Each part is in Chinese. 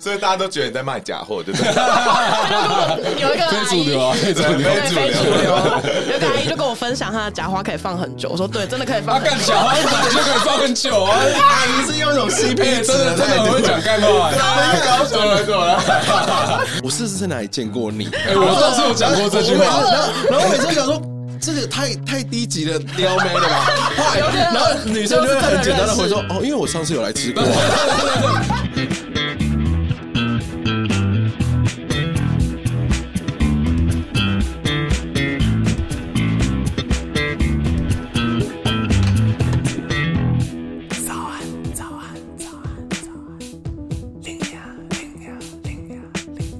所以大家都觉得你在卖假货，对不对？有一个 非阿主姨，流啊，非主 流。对，非非主主流。有一个阿姨就跟我分享，她的假花可以放很久。我说对，真的可以放很他啊干久。小啊孩本来就可以放很久啊，阿姨是用那种 CP 哎，值真的真的很会讲干话。高手了，怎么了？我是不是在哪里见过你？哎，我倒是有讲过这句然后话，然后我每次都想说。这个太太低级的撩妹了吧？后来然后女生就会很简单的回说：“哦，因为我上次有来吃过。”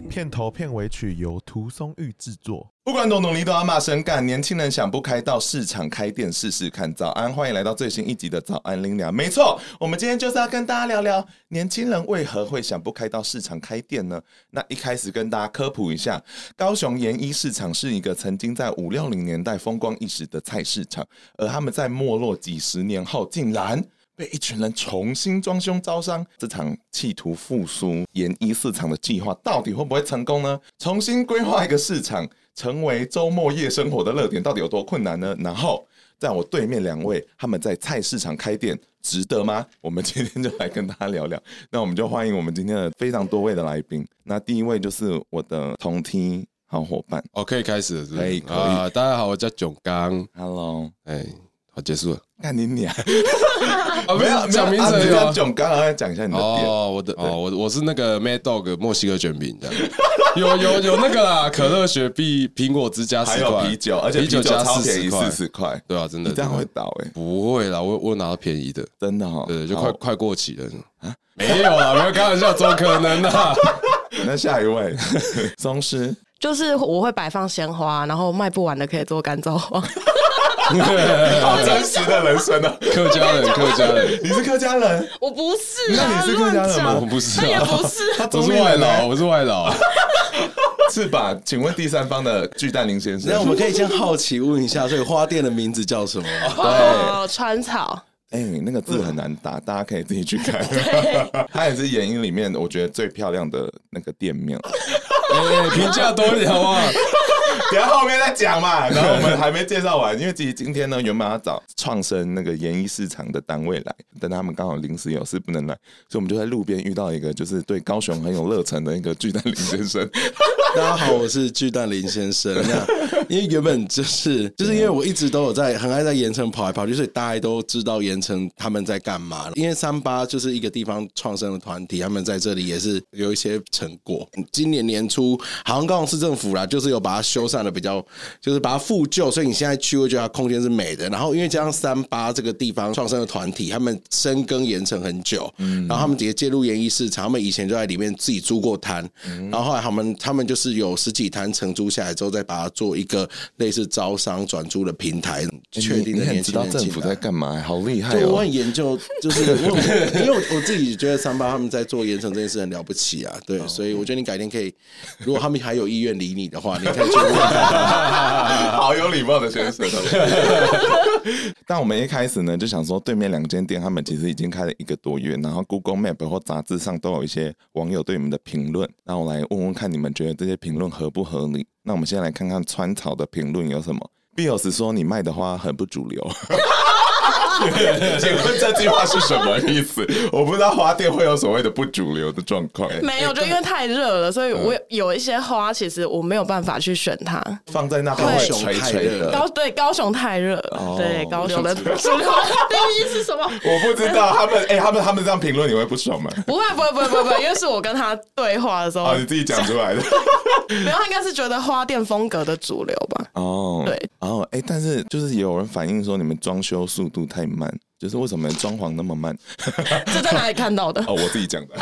片头片尾曲由涂松玉制作。 不管懂懂你都要骂声啊干，年轻人想不开到市场开店试试看。早安，欢迎来到最新一集的早安林良。没错，我们今天就是要跟大家聊聊年轻人为何会想不开到市场开店呢？那一开始跟大家科普一下，高雄盐一市场是一个曾经在五六零年代风光一时的菜市场，而他们在没落几十年后，竟然被一群人重新装修招商，这场企图复苏研一市场的计划到底会不会成功呢？重新规划一个市场，成为周末夜生活的热点，到底有多困难呢？然后，在我对面两位，他们在菜市场开店，值得吗？ 我们今天就来跟大家聊聊。那我们就欢迎我们今天的非常多位的来宾。那第一位就是我的同梯好伙伴哦，可以开始了，是不是可以可以啊！大家好，我叫囧刚， ，Hello，哎，好，结束了。干你娘！哦，没有讲名字啊而你已叫哦囧刚，然后讲一下你的店。哦，我的哦，我我是那个 Mad Dog 墨西哥卷饼这样，有有有那个啦，可乐、雪碧、苹果汁加还十有块，啤酒，而且啤啤酒酒加超便十宜，块四，十块，对啊，真的你这样真的会倒哎，不会啦，我我拿到便宜的，真的哈。对，就快好快过期了没有啦，没有开玩笑，怎么可能啊？那下一 位，松狮，就是我会摆放鲜花，然后卖不完的可以做干燥花。好真实的人生啊！客家人，客家人，你是客家人， 我不是那啊，你是客家人吗我乱不是讲，那也啊，不是。我是外劳，我是外劳。是吧？请问第三方的巨蛋林先生，那我们可以先好奇问一下，所以花店的名字叫什么？ 哦，川草，哎、那个字很难打，大家可以自己去看。 它也是演艺里面我觉得最漂亮的那个店面。哎，评价多一点好不好？ 等一下后面再讲嘛。然后我们还没介绍完，因为其实今天呢，原本要找创生那个演艺市场的单位来，但他们刚好临时有事不能来，所以我们就在路边遇到一个就是对高雄很有热忱的一个巨蛋林先生。大家好，我是巨蛋林先生。那因为原本就是就是因为我一直都有在很爱在盐城跑来跑去，所以大家都知道盐城他们在干嘛。因为三八就是一个地方创生的团体，他们在这里也是有一些成果。今年年初，好像高雄市政府啦，就是有把它修缮的比较，就是把它复旧，所以你现在去会觉得它空间是美的。然后因为加上三八这个地方创生的团体，他们深耕盐城很久，嗯然后他们直接介入盐艺市场，他们以前就在里面自己租过摊，嗯然后后来他们他们就是有十几摊承租下来之后，再把它做一个类似招商转租的平台， 确哎定你的很年知轻道人政府进来在干嘛，好厉害对，我哦！很研究，就是我因为我我自己觉得三八他们在做盐城这件事很了不起啊，对，哦所嗯以我觉得你改天可以，如果他们还有意愿理你的话，你可以去问他。好有礼貌的先生。但我们一开始呢，就想说对面两间店，他们其实已经开了一个多月，然后 Google Map 或杂志上都有一些网友对你们的评论，那我来问问看你们觉得这些评论合不合理？那我们先来看看川草的评论有什么。Bios 说你卖的花很不主流。 请问这句话是什么意思？我不知道花店会有所谓的不主流的状况。没有，就因为太热了，所以我有有一些花，其实我没有办法去选它。放在那边会垂垂的，呃高对高雄太热哦了，对高雄 的定义是什么？我不知道他们哎、他们他们这样评论你会不爽吗？不会不会不会不会不会，因为是我跟他对话的时候， 哦，你自己讲出来的。没有，他应该是觉得花店风格的主流吧。哦，对，哦，哎、但是就是有人反映说你们装修速度太慢，就是为什么装潢那么慢？ 这在哪里看到的？哦，我自己讲的。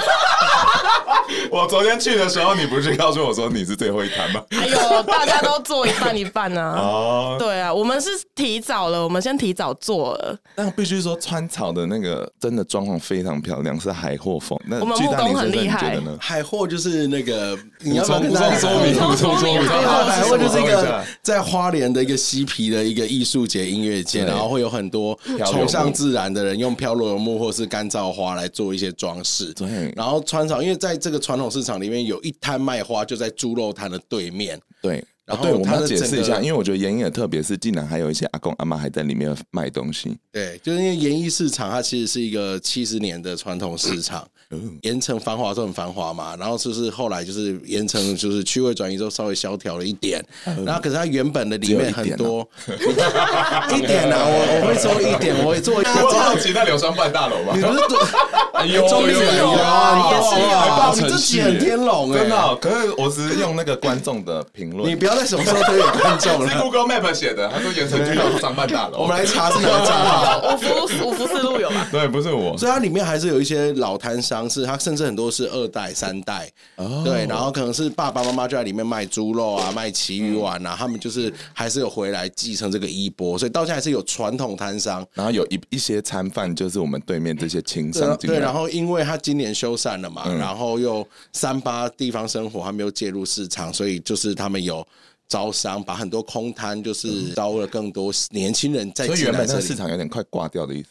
我昨天去的时候，你不是告诉我说你是最后一摊吗？哎呦，大家都做一半一半 啊。哦，对啊，我们是提早了，我们先提早做了。但必须说川草的那个真的装潢非常漂亮，是海货风。那我们巨蛋木林工先生很厉你觉害得呢？海货就是那个，你补要不要充跟补大充家说明，补充说明。海海货货就是一我懂个了在花莲的一个嬉皮的一个艺术节、音乐节，对然后会有很多漂流木崇尚自然的人用漂流木或是干燥花来做一些装饰。对然后川草，因为在这个传统市场里面有一摊卖花，就在猪肉摊的对面。对，然然后后对，我们它要的解整释一下，个因为我觉得眼影的特别是，竟然还有一些阿公阿妈还在里面卖东西。对，就是因为盐艺市场，它其实是一个七十年的传统市场。 盐城繁华都很繁华嘛，然后就是后来就是盐城就是区位转移之后稍微萧条了一点，然后可是它原本的里面很多嗯 一点啊，我我会说一点，我会做一个好奇在流商办大楼吧你不是 有中立有人有啊？你也是啊，你这城己市很天龙哎真的、，哦，可是我只是用那个观众的评论，你不要再什么时候推给观众是了。 Google Map 写的，他说盐城区有商办大楼。我们来查是哪啊个账号。五福五福四路有吧？对，不是我，所以它里面还是有一些老摊商，是它甚至很多是二代、三代，哦对，然后可能是爸爸妈妈就在里面卖猪肉啊、卖奇鱼丸啊，他们就是还是有回来继承这个衣钵，所以到现在还是有传统摊商。然后有一一些餐饭就是我们对面这些情对啊商进来对，然后因为他今年修缮了嘛，嗯然后又三八地方生活还没有介入市场，所以就是他们有招商，把很多空摊就是招了更多年轻人在嗯所以进原来本这那里个市场有点快挂掉的意思。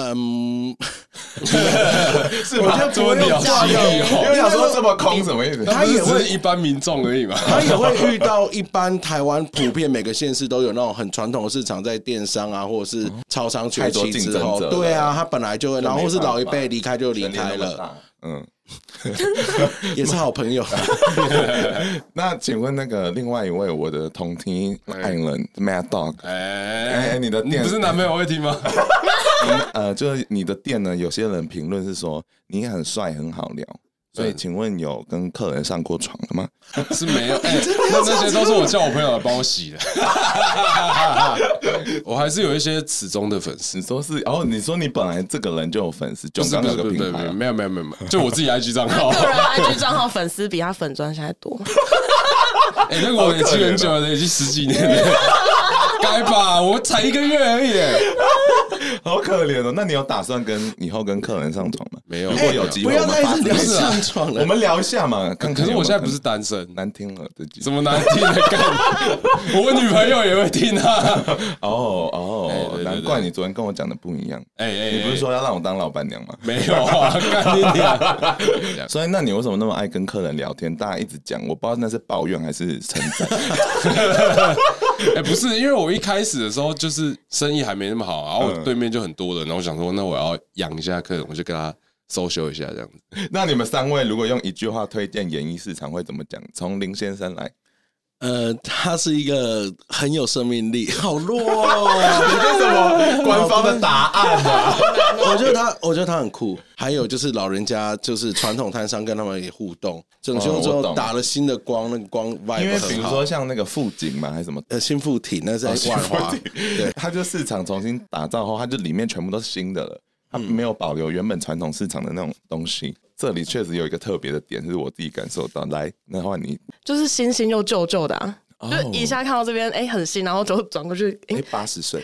嗯，是我觉得这么不用了挂 不起掉利哦因为想说这么空什么意思？他也会只是一般民众而已嘛。他也会遇到一般台湾普遍每个县市都有那种很传统的市场，在电商啊或者是超商崛起之太多竞后争者，了对啊，他本来就会，然后或是没办法老一辈离开就离开了，，嗯。也是好朋友。那请问那个另外一位我的同听爱人 Mad Dog，哎哎，你的店不是男朋友会听吗？呃，就是你的店呢，有些人评论是说你很帅，很好聊。所以，请问有跟客人上过床了吗？是没有，哎，那那些都是我叫我朋友来帮我洗的。我还是有一些始终的粉丝你，说是，哦，你说你本来这个人就有粉丝，就不是刚不刚那是不个是不品是不牌是啊，没有没有没有没有，就我自己 IG 账号。个人 IG 账号粉丝比他粉专现在多，哎，那个我累积很久了，已经十几年了。该吧，我才一个月而已。好可怜哦。那你有打算跟以后跟客人上床吗？没有如果有机 不会，要我再们一发直自聊内心上床我 了，们聊一下嘛。看可看是有没有我现在不是单身，难听了自己怎么难听的干？我女朋友也会听啊。哦哦，哎对对难怪你昨天跟我讲的不一样。哎哎，你不是说要让我当老板娘吗？没有啊？干你娘！所以，那你为什么那么爱跟客人聊天？大家一直讲，我不知道那是抱怨还是称 赞。哎、不是，因为我一开始的时候就是生意还没那么好，然后嗯我对面就很多人，然后我想说，那我要养一下客人，我就跟他收修一下这样子。那你们三位如果用一句话推荐演艺市场会怎么讲？从林先生 来，呃，他是一个很有生命力， 好弱 哦。为什么官方的答案啊？我觉得他，我觉得他很酷。还有就是老人家，就是传统摊商跟他们也互动，整修之哦我后懂打了新的光，那个光 vibe 因为比很如好说像那个富锦嘛，还是什么，呃新附体，那是在万华， 对，它就市场重新打造后，它就里面全部都是新的了，它没有保留原本传统市场的那种东西。这里确实有一个特别的点，是我自己感受到。来，那换你，就是新新又旧旧的啊。就一下看到这边，哎、很新，然后就转过去，哎、哎，八十岁，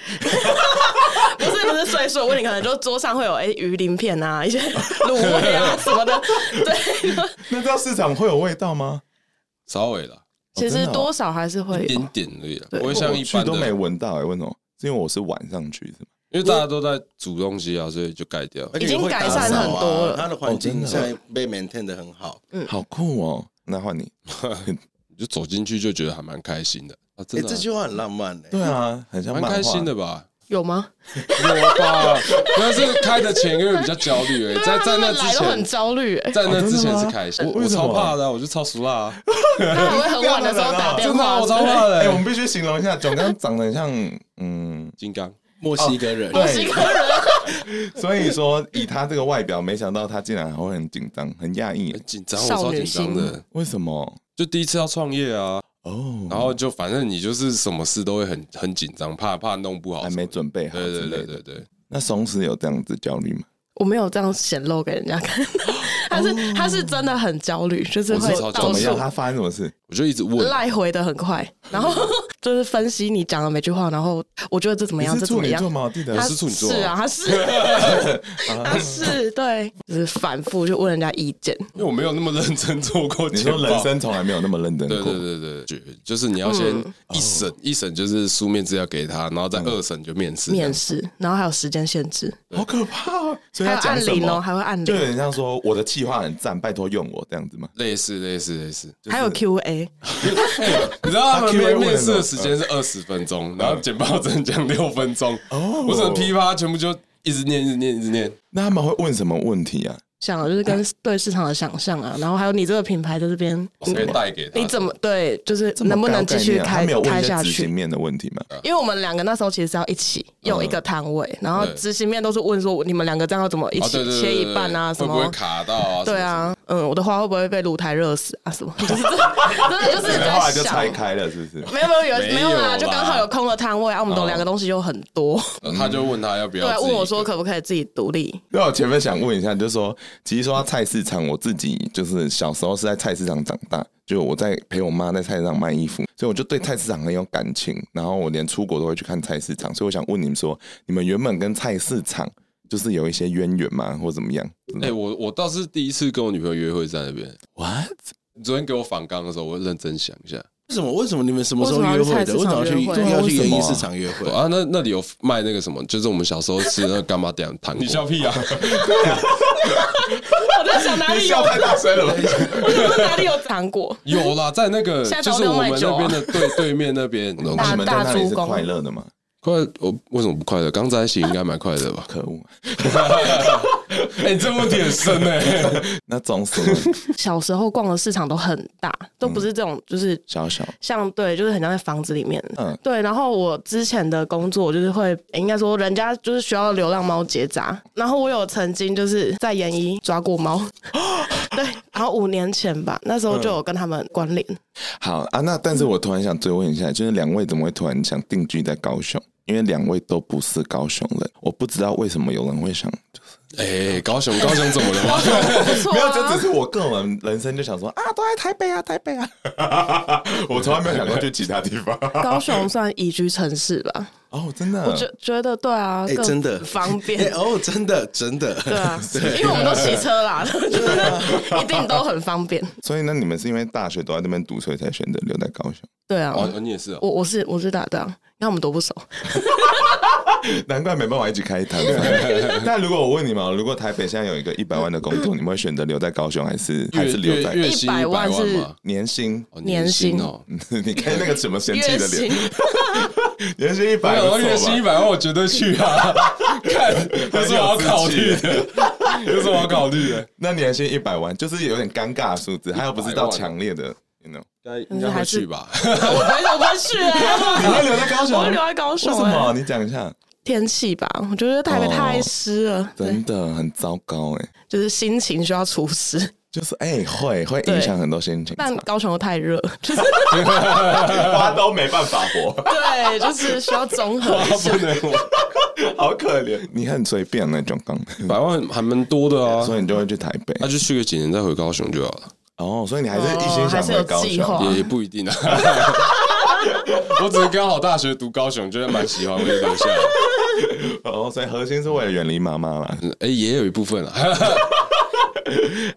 不是不是岁数，我问你，可能就桌上会有哎、鱼鳞片啊，一些卤味啊什么的， 对，那这样市场会有味道吗？稍微啦，其真实的哦多少还是会一有点。点而已啦，对不会像我一去般都没的，闻到哎、为什么？是因为我是晚上去是吗？因为大家都在煮东西啊，所以就改掉。哎而且已经会打改善扫很多啊了它的环哦真境的现在被 maintain 的很好。好酷哦！那换你，你就走进去就觉得还蛮开心的啊，哎，真的这啊、句话很浪漫哎。对啊，很像蛮漫画开心的。吧？有吗？有吧？但是开的前一个月比较焦虑而已，在在那之啊来都很前，焦虑、哎，在那之前哦真的是吗开心，我我为我什么超怕的啊，我就超熟辣啊，他还会很晚的时候打电真的话啊，我超怕的哎、我欸。们必须形容一下， 总刚长得很像，嗯，金刚，墨西哥哦人，墨西哥人，所以说以他这个外表，没想到他竟然还会很紧张，很讶异很。哎紧张，我少超女紧张心的。为什么？就第一次要创业啊，哦，然后就反正你就是什么事都会很很紧张，怕怕弄不好还什么的，没准备好对之对类的。对对对，那松狮有这样子焦虑吗？我没有这样显露给人家看，他是他是真的很焦虑，就是我知道会怎到怎么样？处他发生什么事？我就一直问，赖回的很快，然后就是分析你讲的每句话，然后我觉得这怎么你样，是这怎处么女样座。吗？我记得他是处女座啊是啊，他是， 他是对，就是反复就问人家意见，因为我没有那么认真做过 你简说报。人生从来没有那么认真对过。哦对对对，就就是你要先嗯一审，一审就是书面资料给他，然后嗯再二审就面试。面试，然后还有时间限制，好可怕、哦！所以还他有讲按什铃哦，么？还会按就有铃，点像说，我我的计划很赞，拜托用我这样子吗？类似类似类似，就是哎还 有 Q&A，你知道他们 Q&A 面问了嗯面试的时间是二十分钟，然后简报只能讲六分钟，哦我只能噼啪全部就一直念一直念一直嗯念。那他们会问什么问题啊？想的就是跟 对市场的想象啊，然后还有你这个品牌在这边，谁你带给他？你怎么对，就是这么能不高能概继续念啊他开没有问开一些下执行去？面的问题吗？因为我们两个那时候其实是要一起有一个摊位，然后对执行面都是问说你们两个这样要怎么一嗯哦起对对对切一对半啊，什会么不会卡到啊？对什么，啊，嗯，我的花会不会被露台热死啊？什么？ 就是这真的就是后来就在想拆开了，是不是？没有没有没有没有有啦啦，就刚好有空了摊位啊，我们懂哦两个东西又很多，什么呃他就问他要 不对要啊，自己问我说可不可以自己独立？那我前面想问一下，就是说，其实说到菜市场，我自己就是小时候是在菜市场长大，就我在陪我妈在菜市场卖衣服，所以我就对菜市场很有感情。然后我连出国都会去看菜市场，所以我想问你们说，你们原本跟菜市场就是有一些渊源吗，或怎么样哎、我我倒是第一次跟我女朋友约会在那边。 ？What？你昨天给我反刚的时候，我认真想一下。为什么？为什么你们什么时候约会的？为为什什么么要去菜要去市场约会要去为什演么艺啊市场约会？啊，那那里有卖那个什么，就是我们小时候吃那个干妈店糖果。屁啊！我在想哪你里 有笑，太大声了哎吧？我在想哪里有糖果？ 有啦，在那 个下次就我是我们都卖酒那啊边的对对面那边。那你们在那大里猪是公快乐的吗？快，我为什么不快乐？刚在一起应该蛮快 ？乐吧可恶！哎、这问题很深哎、那总什么小时候逛的市场都很大，都不是这种，就是小小像对，就是很像在房子里面。嗯对。然后我之前的工作就是会，应该说人家就是需要流浪猫结扎，然后我有曾经就是在研一抓过猫，对，然后五年前吧，那时候就有跟他们关联。好啊，那但是我突然想追问一下，就是两位怎么会突然想定居在高雄？因为两位都不是高雄人，我不知道为什么有人会想， 哎、高雄，高雄怎么了吗？不错、啊，没有，这只是我个人人生就想说啊，都在台北啊，台北啊， 我从来没有想过去其他地方。高雄算宜居城市吧？ 哦，真的，我觉觉得对啊，哎更真的方哎 便。哦，真的真的，对啊，因为我们都骑车啦，就是 一定都很方便。所以呢，你们是因为大学都在那边读，所以才选择留在高雄？对啊，哦，你也是、哦。我我是我是打仗，那我们多不熟。难怪没办法一起开 摊。那如果我问你们，如果台北现在有一个一百万的工作，你们会选择留在高雄，还是还月是留月在月薪一百100万万是吗？年薪？ 哦年薪哦，你看那个什么嫌弃月的薪脸，年薪一我百，想说月薪一百万，我绝对去啊！ 看有什么好考虑的？有什么好考虑的？那年薪一百万就是有点尴尬的数字，还有不是到强烈的，you know？应该会去吧？我不会，我不会去、欸，你会留在高雄？我会留在高雄、为欸。什么？你讲一下，天气吧，我觉得台北哦太湿了，对，真的很糟糕哎、就是心情需要除 湿。就是哎、会会影响很多心情， 但高雄又太 热，就是花都没办法活，对，就是需要综 合一下。 好可怜。你很随便那种刚，一百万还蛮多的啊，所以你就会去台北。那就去个几年再回高雄就好了，哦，所以你还是一心想回高哦还是有计划雄。哇也也不一定啊。 我只是刚好大学读高雄，觉得蛮喜欢，我就留下来。哦，所以核心是为了远离妈妈啦。哎，也有一部分啊，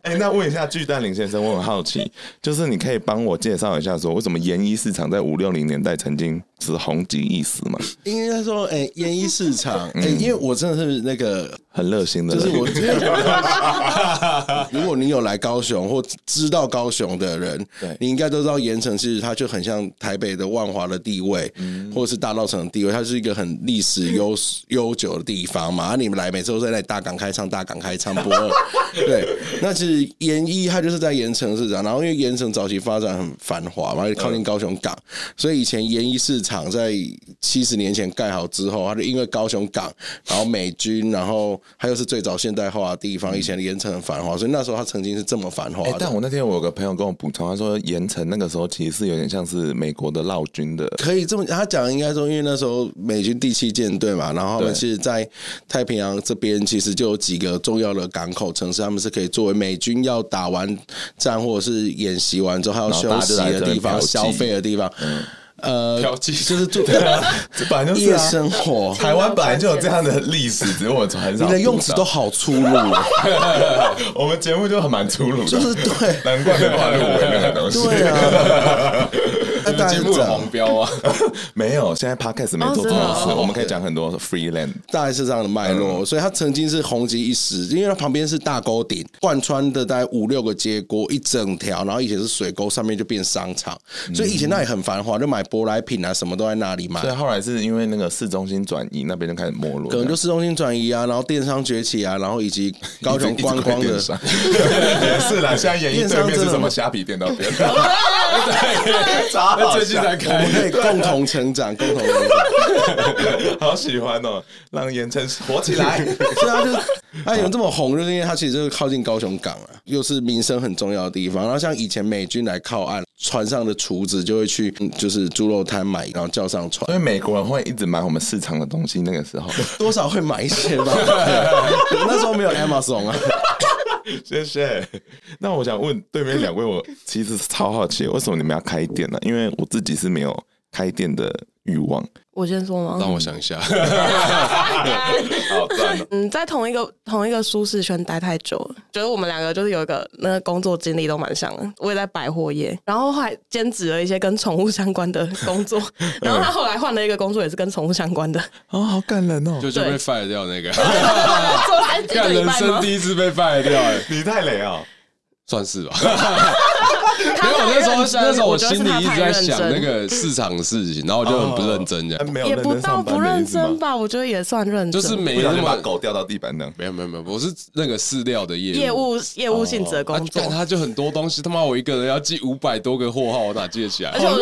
哎、那问一下巨蛋林先生，我很好奇，就是你可以帮我介绍一下，说为什么研一市场在五六零年代曾经是红极一时嘛，应该说，哎，演艺市场，哎，因为我真的是那个很热嗯心的就人，是我，因为我如果你有来高雄或知道高雄的人，对你应该都知道盐城其实它就很像台北的万华的地位，嗯或者是大稻城的地位，它是一个很历史 悠悠久的地方嘛。啊、你们来每次都在那里大港开唱，大港开唱不 二，对。那其实盐一它就是在盐城市场，然后因为盐城早期发展很繁华嘛，靠嗯近高雄港，所以以前盐一市场在七十年前盖好之后，它就因为高雄港，然后美军，然后它又是最早现代化的地方，以前的盐城很繁华，所以那时候它曾经是这么繁华嗯哎、的。但我那天我有个朋友跟我补充，他说盐城那个时候其实是有点像是美国的绕军的，可以这么，他讲应该说，因为那时候美军第七舰队嘛，然后他们对其实，在太平洋这边其实就有几个重要的港口城市，他们是可以作为美军要打完战或者是演习完之后，还要然后大休家就息来的这边地方、嫖妓消费的地方，呃，嫖妓就是做这本来就是夜啊。生活。台湾本来就有这样的历史，只是我们很少。你的用词都，好粗鲁哦，我们节目就很蛮粗鲁的，就是对难怪没办法入围那个东西。对啊。你们节目有大概是这样黄标啊？ 没有，现在 podcast 没做这种事，我们可以讲很多 freelance。大概是这样的脉络，所以他曾经是红极一时，因为它旁边是大沟顶，贯穿的大概五六个街沟一整条，然后以前是水沟，上面就变商场，所以以前那里很繁华，就买舶来品啊，什么都在那里买所。以后来是因为那个市中心转移，那边就开始没落，可能就市中心转移啊，然后电商崛起啊，然后以及 高雄观光的， 也是啦。现在演艺对面是什么虾皮店到边， 对，砸那最近才我开们，可以共同成长，共同成 长。好喜欢哦，让盐城火起 来。所以他就他有这么红，就是因为他其实就是靠近高雄港啊，又是民生很重要的地方。然后像以前美军来靠岸，船上的厨子就会去嗯就是猪肉摊买，然后叫上船所，以美国人会一直买我们市场的东西，那个时候。 多少会买一些吧。对 那时候没有 Amazon 啊，谢谢。 那我想问对面两位，我其实超好奇，为什么你们要开店呢、因为我自己是没有开店的欲望。我先说吗？让我想一下，好赞、哦！嗯，在同一个同一个舒适圈待太久了，觉得我们两个就是有一个那个工作经历都蛮像的。我也在百货业，然后后来兼职了一些跟宠物相关的工 作，然后他后来换了一个工作也是跟宠物相关的， 哦，好感人哦！ 就就被 fire 掉 那个，做了一个看礼人拜生吗？第一次被 fire 掉，哎你太雷哦！算是吧。他没太有，那时候认真那时候我我觉得心是里他一直太在认想真那个市场的事情，然后我就很不认真这样，没有也认不真到上班不认的意真思吗，吧，我觉得也算认真，就是没不小那心把么狗掉到地板呢。没有没有没有，我是那个饲料的业业务业务性质的工作哦啊干。他就很多东西，他妈我一个人要记五百多个货号，我哪记得起来 而？且我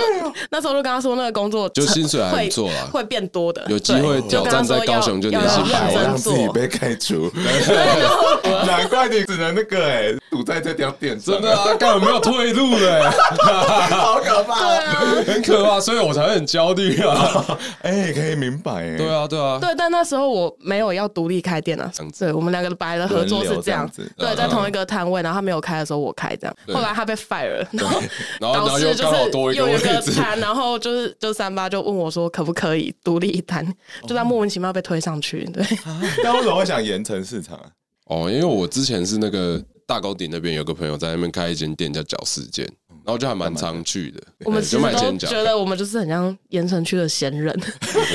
那时候就跟他说，那个工作就薪水还会不错啦会变多的，啊有机会对挑战在高雄就就跟年他薪说要我要百万认让真自己做。被开 除，啊难怪你只能那个哎、堵在这条店上，真的 啊，根本没有退路了、好可怕、哦。很可怕，所以我才会很焦虑啊。哎、可以明白哎、对啊，对啊，对，但那时候我没有要独立开店啊这样，子对我们两个白的合作是轮流这这样样子，对，嗯在同一个摊位，然后他没有开的时候我开这样，后来他被 fire 了，然后 然后导然后师又就刚好多是一个又有位一个置，摊，然后就是就三八就问我说可不可以独立一摊，就在莫名其妙被推上去，对，但为什么会想盐城市场啊？哦，因为我之前是那个大高顶那边有个朋友在那边开一间店叫饺事间，然后就还蛮常去的，我们对其就实卖都煎饺觉。得我们就是很像盐城区的闲人，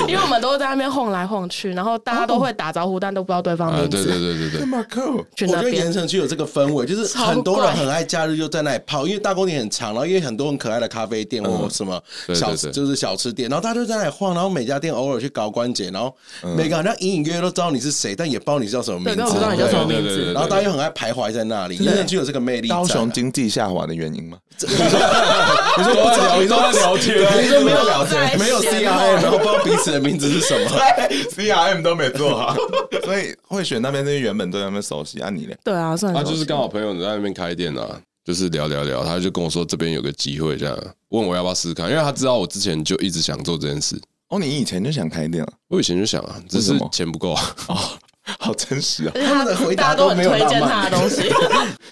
因为我们都在那边晃来晃去，然后大家都会打招呼，但都不知道对方啊，名对对字，对对对这，么酷，去我那觉得边盐。城区有这个氛围，就是很多人很爱假日就在那里泡，因为大公里很长，然后因为很多很可爱的咖啡店或什么对小、对对就是小吃店，然后大家就在那里晃，然后每家店偶尔去搞关节，然后每个好像隐隐约约都知道你是谁，但也不知道你叫什么名对，字但我不知道你叫什么名对对对字对。然后大家又很爱徘徊在那里，盐城区有这个魅力在啊。高雄经济下滑的原因吗？你说不知道，你说都在聊天你说没有 聊在天，没有闲 C 聊 R M，然后不知道彼此的名字是什 么。 C R M 都没做好， 所以会选那边是因为原本对那边熟悉啊。你嘞？对啊，算他什么就是刚好朋友在那边开店啊，就是聊聊聊，他就跟我说这边有个机会，这样问我要不要试试看，因为他知道我之前就一直想做这件事，哦，你以前就想开店了，我以前就想啊，只为是什么钱不够啊，好真实 啊！而且他他们的回答大家都很都没有推荐浪他漫的东 西，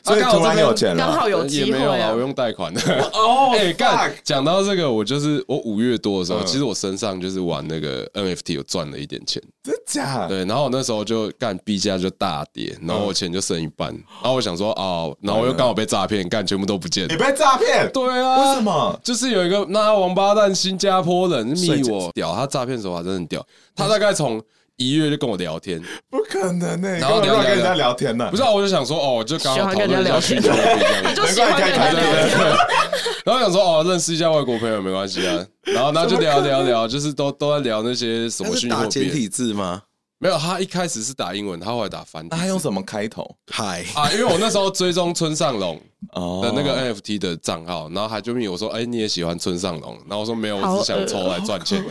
所以突然有钱刚了，好有也机没会有啊啊，我。用贷款的。哦， 哎，干，讲到这个，我就是我五月多的时候，嗯其实我身上就是玩那个 NFT 有赚了一点钱，真假？对，然后我那时候就干 B 价就大跌，然后我钱就剩一半，嗯然后我想说哦，然后我又刚好被诈骗，干全部都不见了你。被诈骗？对啊，哎为什么？就是有一个那王八蛋新加坡人睡密着我，屌，他诈骗手法真的很屌。他大概从一月就跟我 聊天，不可能呢！你然后根本乱聊聊跟人家聊聊天呢不？是、啊，我就想说，哦，就刚喜好欢讨跟论人家一下聊虚拟货币这样他子。就喜欢跟人家难怪你开聊开天，然后想说，哦，认识一下外国朋友没关系啊。然后那就聊聊聊，就是都都在聊那些什他么是虚拟货打简币。体字吗？没有，他一开始是打英文，他后来打繁体那字。他哎用什么开 头？嗨，啊，因为我那时候追踪村上龙哦 的那个 NFT 的账号，然后他就问我说：“哎，你也喜欢村上龙？”然后我说：“没有，我只是哦想抽来赚钱。”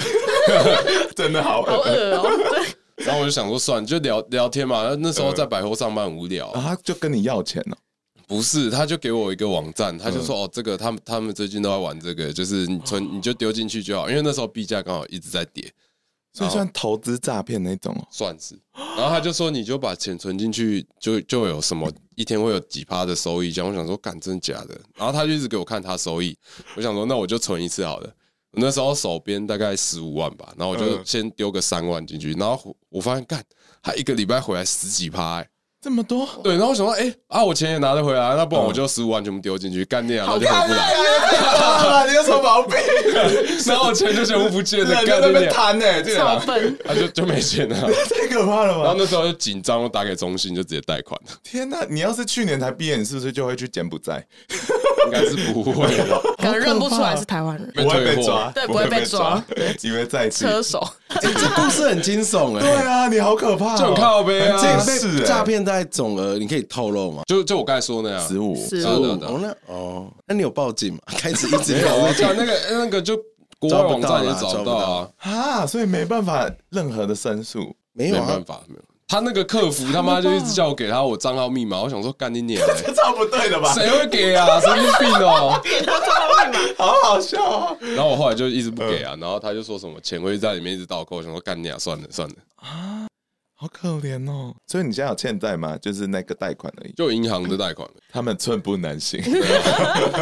真的好恶好恶哦、对，然后我就想说，算了，就聊聊天嘛。那时候在百货上班很无聊，嗯啊！他就跟你要钱哦了，不是，他就给我一个网站，他嗯就说、哦，这个他们他们最近都在玩这个，就是你存你就丢进去就好，因为那时候币价刚好一直在跌，所以算投资诈骗那种哦。算是。然后他就说，你就把钱存进去，就就有什么一天会有几趴的收益。这样我想说，干真的假的？然后他就一直给我看他收益，我想说，那我就存一次好了。我那时候手边大概十五万吧，然后我就嗯先丢个三万进去，然后我发现干，他一个礼拜回来十几趴、欸这么多，对，然后我想说，哎、啊，我钱也拿得回来，那不嗯然我就十五万全部丢进去干掉，然后就回不来，啊， 你有什么毛病？然后我钱就全部 不见了，你干在那掉边，贪呢，这个超人笨，他就就没钱了。 太可怕了然后吧！那时候就紧张，我打给中信就直接贷款，天哪，你要是去年才毕业，你是不是就会去柬埔寨？应该是不会 了，可能认不出来是台湾人，被不会退被货抓，对不不会会被被抓，因为再次。车手。 哎这故事很惊悚对哎，啊，你好可怕哦，就很靠背啊这被是诈骗大概总额，你可以透露吗？就就我刚才说那样，十五，是对啊对啊对啊哦，那哦，那你有报警吗？开始一直没有有，我啊讲那个那个就国外网站也找抓不不到到啊啊，啊，所以没办法任何的申诉。没没有啊办？法，没有。他那个客服他妈就一直叫我给他我账号密码，我想说干你娘嘞，欸超不对的吧谁会给啊？神经病哦！好好笑哦！然后我后来就一直不给嗯啊，然后他就说什么钱会在里面一直倒扣，我想说干你啊，算了算了，好可怜哦。所以你现在有欠债吗？就是那个贷款而已，就银行的贷款，他们寸步难行。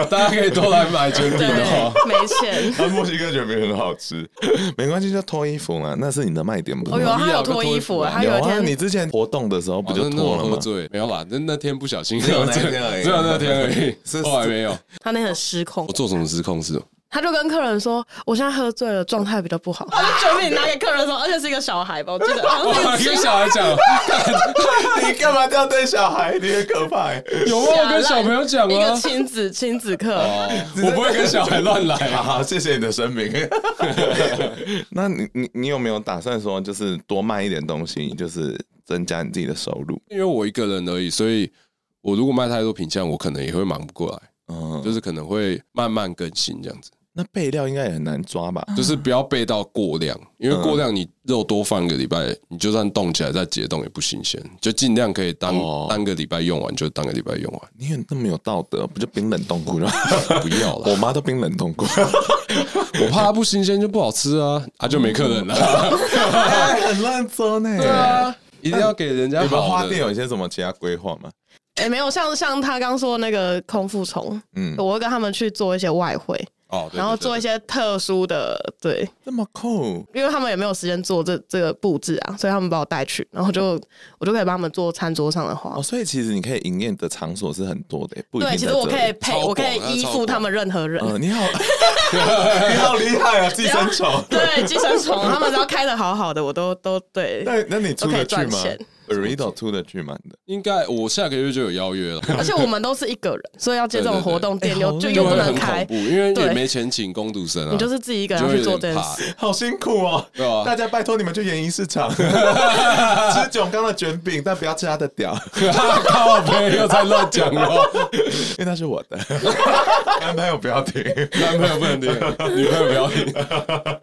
大家可以多来买全品对哦。，没钱。他墨西哥卷饼很好吃， 没关系，就脱衣服嘛，那是你的卖点，不哦是有吗？啊，他有脱衣服，他有一有啊，天你之前活动的时候不就啊那脱我了喝吗？醉没有啦，那那天不小心喝醉，只有那天而已只有那天而已， 是后来没有。他那天很失控我，做什么失控哦事？他就跟客人说：“我现在喝醉了，状态比较不好。”他就准备拿给客人说，而且是一个小孩吧，我记得。好我 像还是跟小孩讲， 你干嘛这样对小孩？你很可怕欸。有没有跟小朋友讲哦一个啊？亲子亲子课， 我不会跟小孩乱来好啊。 好，谢谢你的声明。那你你你有没有打算说，就是多卖一点东西，就是增加你自己的收入？因为我一个人而已，所以我如果卖太多品相，我可能也会忙不过来，嗯，就是可能会慢慢更新这样子，那备料应该也很难抓吧？ 就是不要备到过量，因为过量你肉多放个礼拜，你就算冻起来再解冻也不新鲜，就尽量可以当哦当个礼拜用完就当个礼拜用完，你很那么有道德，不就冰冷冻库吗？不要 我了，妈都冰冷冻 库， 我怕它不新鲜就不好吃啊， 啊就没客人 了，很乱说呢。对啊，一定要给人家你们好花店的。有一些什么其他规划吗？哎，没有像像他刚说那个空腹虫，嗯，我会跟他们去做一些外汇，哦，对然后做一，些特殊的，对，这么酷，因为他们也没有时间做这这个布置啊，所以他们把我带去，然后就我就可以帮他们做餐桌上的花哦，。所以其实你可以营业的场所是很多的，不一定对，在其实我这可以里。配，超广我可以它依超附广他们任何人。嗯，你好，你好厉害啊，寄生虫。 对，寄生虫，他们只要开的好好的，我都都 对。那那你出都可得以去赚吗钱？Burrito 出得去吗？你的对对对应该我下个月就有邀约 了。而且我们都是一个人，所以要接这种活动，店对对又对就哎又就不会能很开恐，怖，因为也对没钱请工读生啊，你就是自己一个就人会去做有这点件怕事。，好辛苦哦，对吧？大家拜托你们去演艺市场吃囧刚的卷饼，但不要吃他的屌， 靠背又在乱讲 哦，因为那是我的。男朋友不要听。男朋友不能听，女朋友不要听。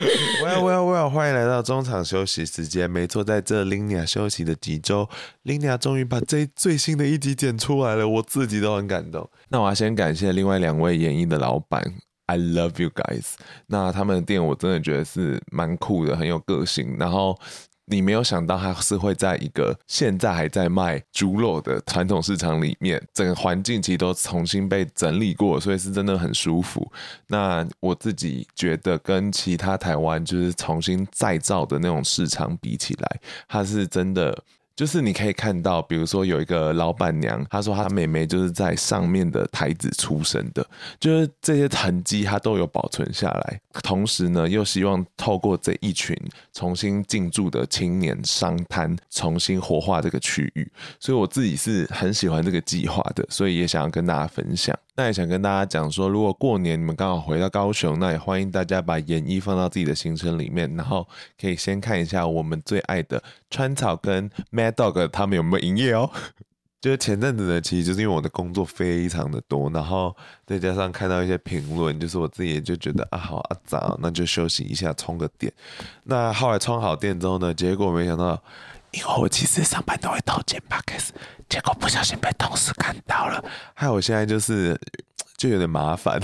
Well well well，欢迎来到中场休息时间。没错，在这 Linia 休息的几周，Linia 终于把这最新的一集剪出来了，我自己都很感动。那我要先感谢另外两位演艺的老板。I love you guys。那他们的店我真的觉得是蛮酷的，很有个性。然后你没有想到它是会在一个现在还在卖猪肉的传统市场里面，整个环境其实都重新被整理过，所以是真的很舒服。那我自己觉得跟其他台湾就是重新再造的那种市场比起来，它是真的。就是你可以看到，比如说有一个老板娘，她说她妹妹就是在上面的台子出生的，就是这些痕迹她都有保存下来。同时呢，又希望透过这一群重新进驻的青年商摊，重新活化这个区域。所以我自己是很喜欢这个计划的，所以也想要跟大家分享。那也想跟大家讲说，如果过年你们刚好回到高雄，那也欢迎大家把演艺放到自己的行程里面，然后可以先看一下我们最爱的川草跟 Mad Dog 他们有没有营业哦。就是前阵子呢，其实就是因为我的工作非常的多，然后再加上看到一些评论，就是我自己也就觉得啊好啊杂哦，那就休息一下，充个电。那后来充好电之后呢，结果没想到，因为我其实上班都会偷剪 p o c a s t 结果不小心被同事看到了，害我现在就是就有点麻烦。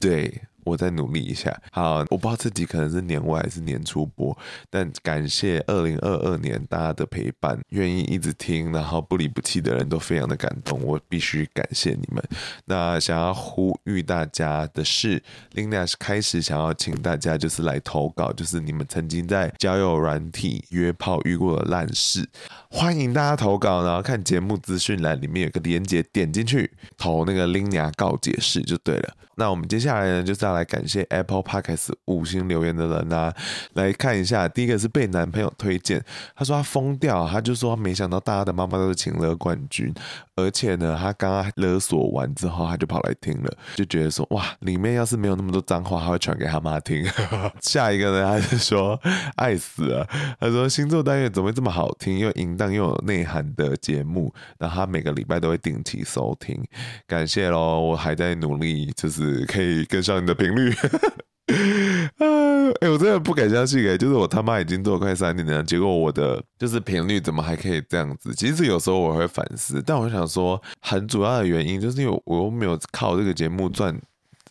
对我再努力一下。好，我不知道自己可能是年尾还是年初播，但感谢二零二二年大家的陪伴，愿意一直听，然后不离不弃的人都非常的感动，我必须感谢你们。那想要呼吁大家的是，Lina 是开始想要请大家就是来投稿，就是你们曾经在交友软体约炮遇过的烂事，欢迎大家投稿，然后看节目资讯栏里面有个连接，点进去投那个 Lina 告解释就对了。那我们接下来呢，就是要来感谢 Apple Podcast 五星留言的人啦、来看一下，第一个是被男朋友推荐，他说他疯掉，他就说他没想到大家的妈妈都是情乐冠军，而且呢，他刚刚勒索完之后，他就跑来听了，就觉得说哇，里面要是没有那么多脏话，他会传给他妈听。 下一个呢，他是说爱死了，他说星座单元怎么会这么好听，又淫荡又有内涵的节目，然后他每个礼拜都会定期收听，感谢喽，我还在努力，就是可以跟上你的频率。啊， 哎、我真的不敢相信哎、就是我他妈已经做了快三年了，结果我的就是频率怎么还可以这样子？其实有时候我会反思，但我想说，很主要的原因就是因为我又没有靠这个节目赚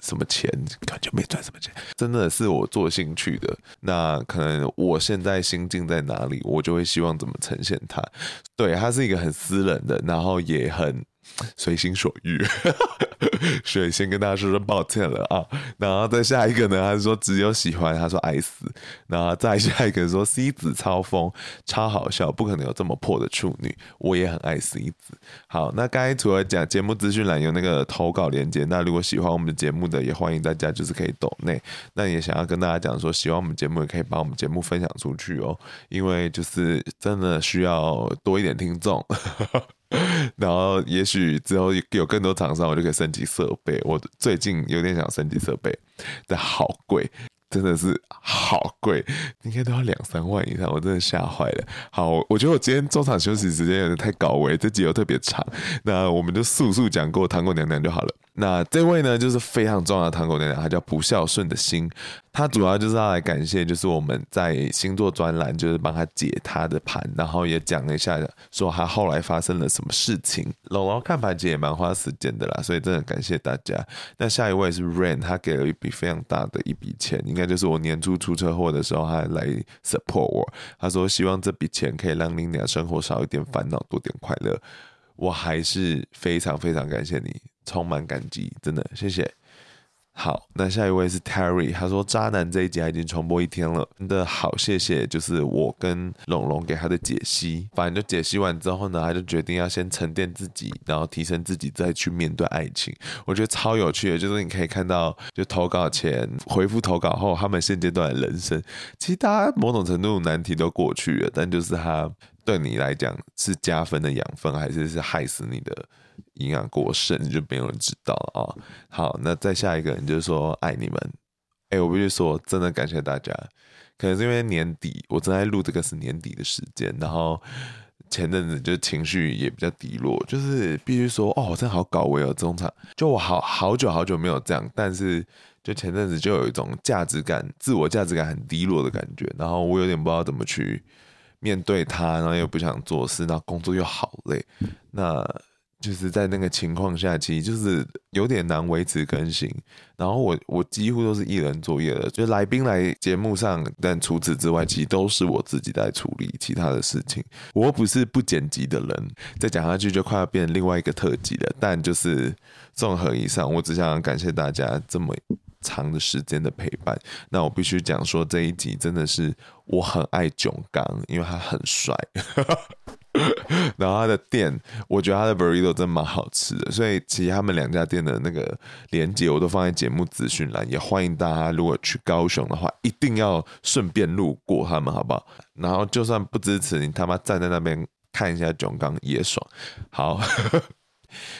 什么钱，感觉没赚什么钱，真的是我做兴趣的。那可能我现在心境在哪里，我就会希望怎么呈现它。对，它是一个很私人的，然后也很随心所欲。 所以先跟大家说声抱歉了啊。然后再下一个呢，他说只有喜欢，他说爱死。然后再下一个说 C 子超疯，超好笑，不可能有这么破的处女，我也很爱 C 子。好，那刚才除了讲节目资讯栏有那个投稿链接，那如果喜欢我们的节目的，也欢迎大家就是可以抖内。那也想要跟大家讲说，喜欢我们节目也可以把我们节目分享出去哦，因为就是真的需要多一点听众。 然后也许之后有更多厂商，我就可以升级设备。我最近有点想升级设备，但好贵，真的是好贵，应该都要两三万以上，我真的吓坏了。好，我觉得我今天中场休息时间有点太高危，这集又特别长，那我们就速速讲过糖果娘娘就好了。那这位呢，就是非常重要的糖果娘娘，她叫不孝顺的心，她主要就是要来感谢，就是我们在星座专栏，就是帮她解她的盘，然后也讲了一下说她后来发生了什么事情。龙龙看盘姐也蛮花时间的啦，所以真的感谢大家。那下一位是 Rain，他给了一笔非常大的一笔钱，应该就是我年初出车祸的时候，他来 support 我。他说希望这笔钱可以让 l i n a 生活少一点烦恼，多点快乐。我还是非常非常感谢你，充满感激，真的谢谢。好，那下一位是 Terry，他说《渣男》这一集他已经重播一天了，真的好谢谢，就是我跟龙龙给他的解析。反正就解析完之后呢，他就决定要先沉淀自己，然后提升自己，再去面对爱情。我觉得超有趣的，就是你可以看到，就投稿前回复投稿后，他们现阶段的人生，其实大家某种程度难题都过去了，但就是他对你来讲是加分的养分，还是是害死你的营养过剩，就没有人知道了啊、好，那再下一个，你就说爱你们。哎、我必须说，真的感谢大家。可能是因为年底，我正在录这个是年底的时间，然后前阵子就情绪也比较低落，就是必须说，哦，我真的好搞我有中场，就我好好久好久没有这样，但是就前阵子就有一种价值感、自我价值感很低落的感觉，然后我有点不知道怎么去面对它，然后又不想做事，然后工作又好累，那就是在那个情况下，其实就是有点难维持更新。然后我我几乎都是一人作业的，就是来宾来节目上，但除此之外，其实都是我自己在处理其他的事情。我又不是不剪辑的人，再讲下去就快要变成另外一个特辑了。但就是综合以上，我只想感谢大家这么长的时间的陪伴。那我必须讲说，这一集真的是我很爱囧刚，因为他很帅。 然后他的店，我觉得他的 burrito 真蛮好吃的，所以其实他们两家店的那个连接我都放在节目资讯栏，也欢迎大家如果去高雄的话，一定要顺便路过他们，好不好？然后就算不支持你，他妈站在那边看一下囧刚也爽。好，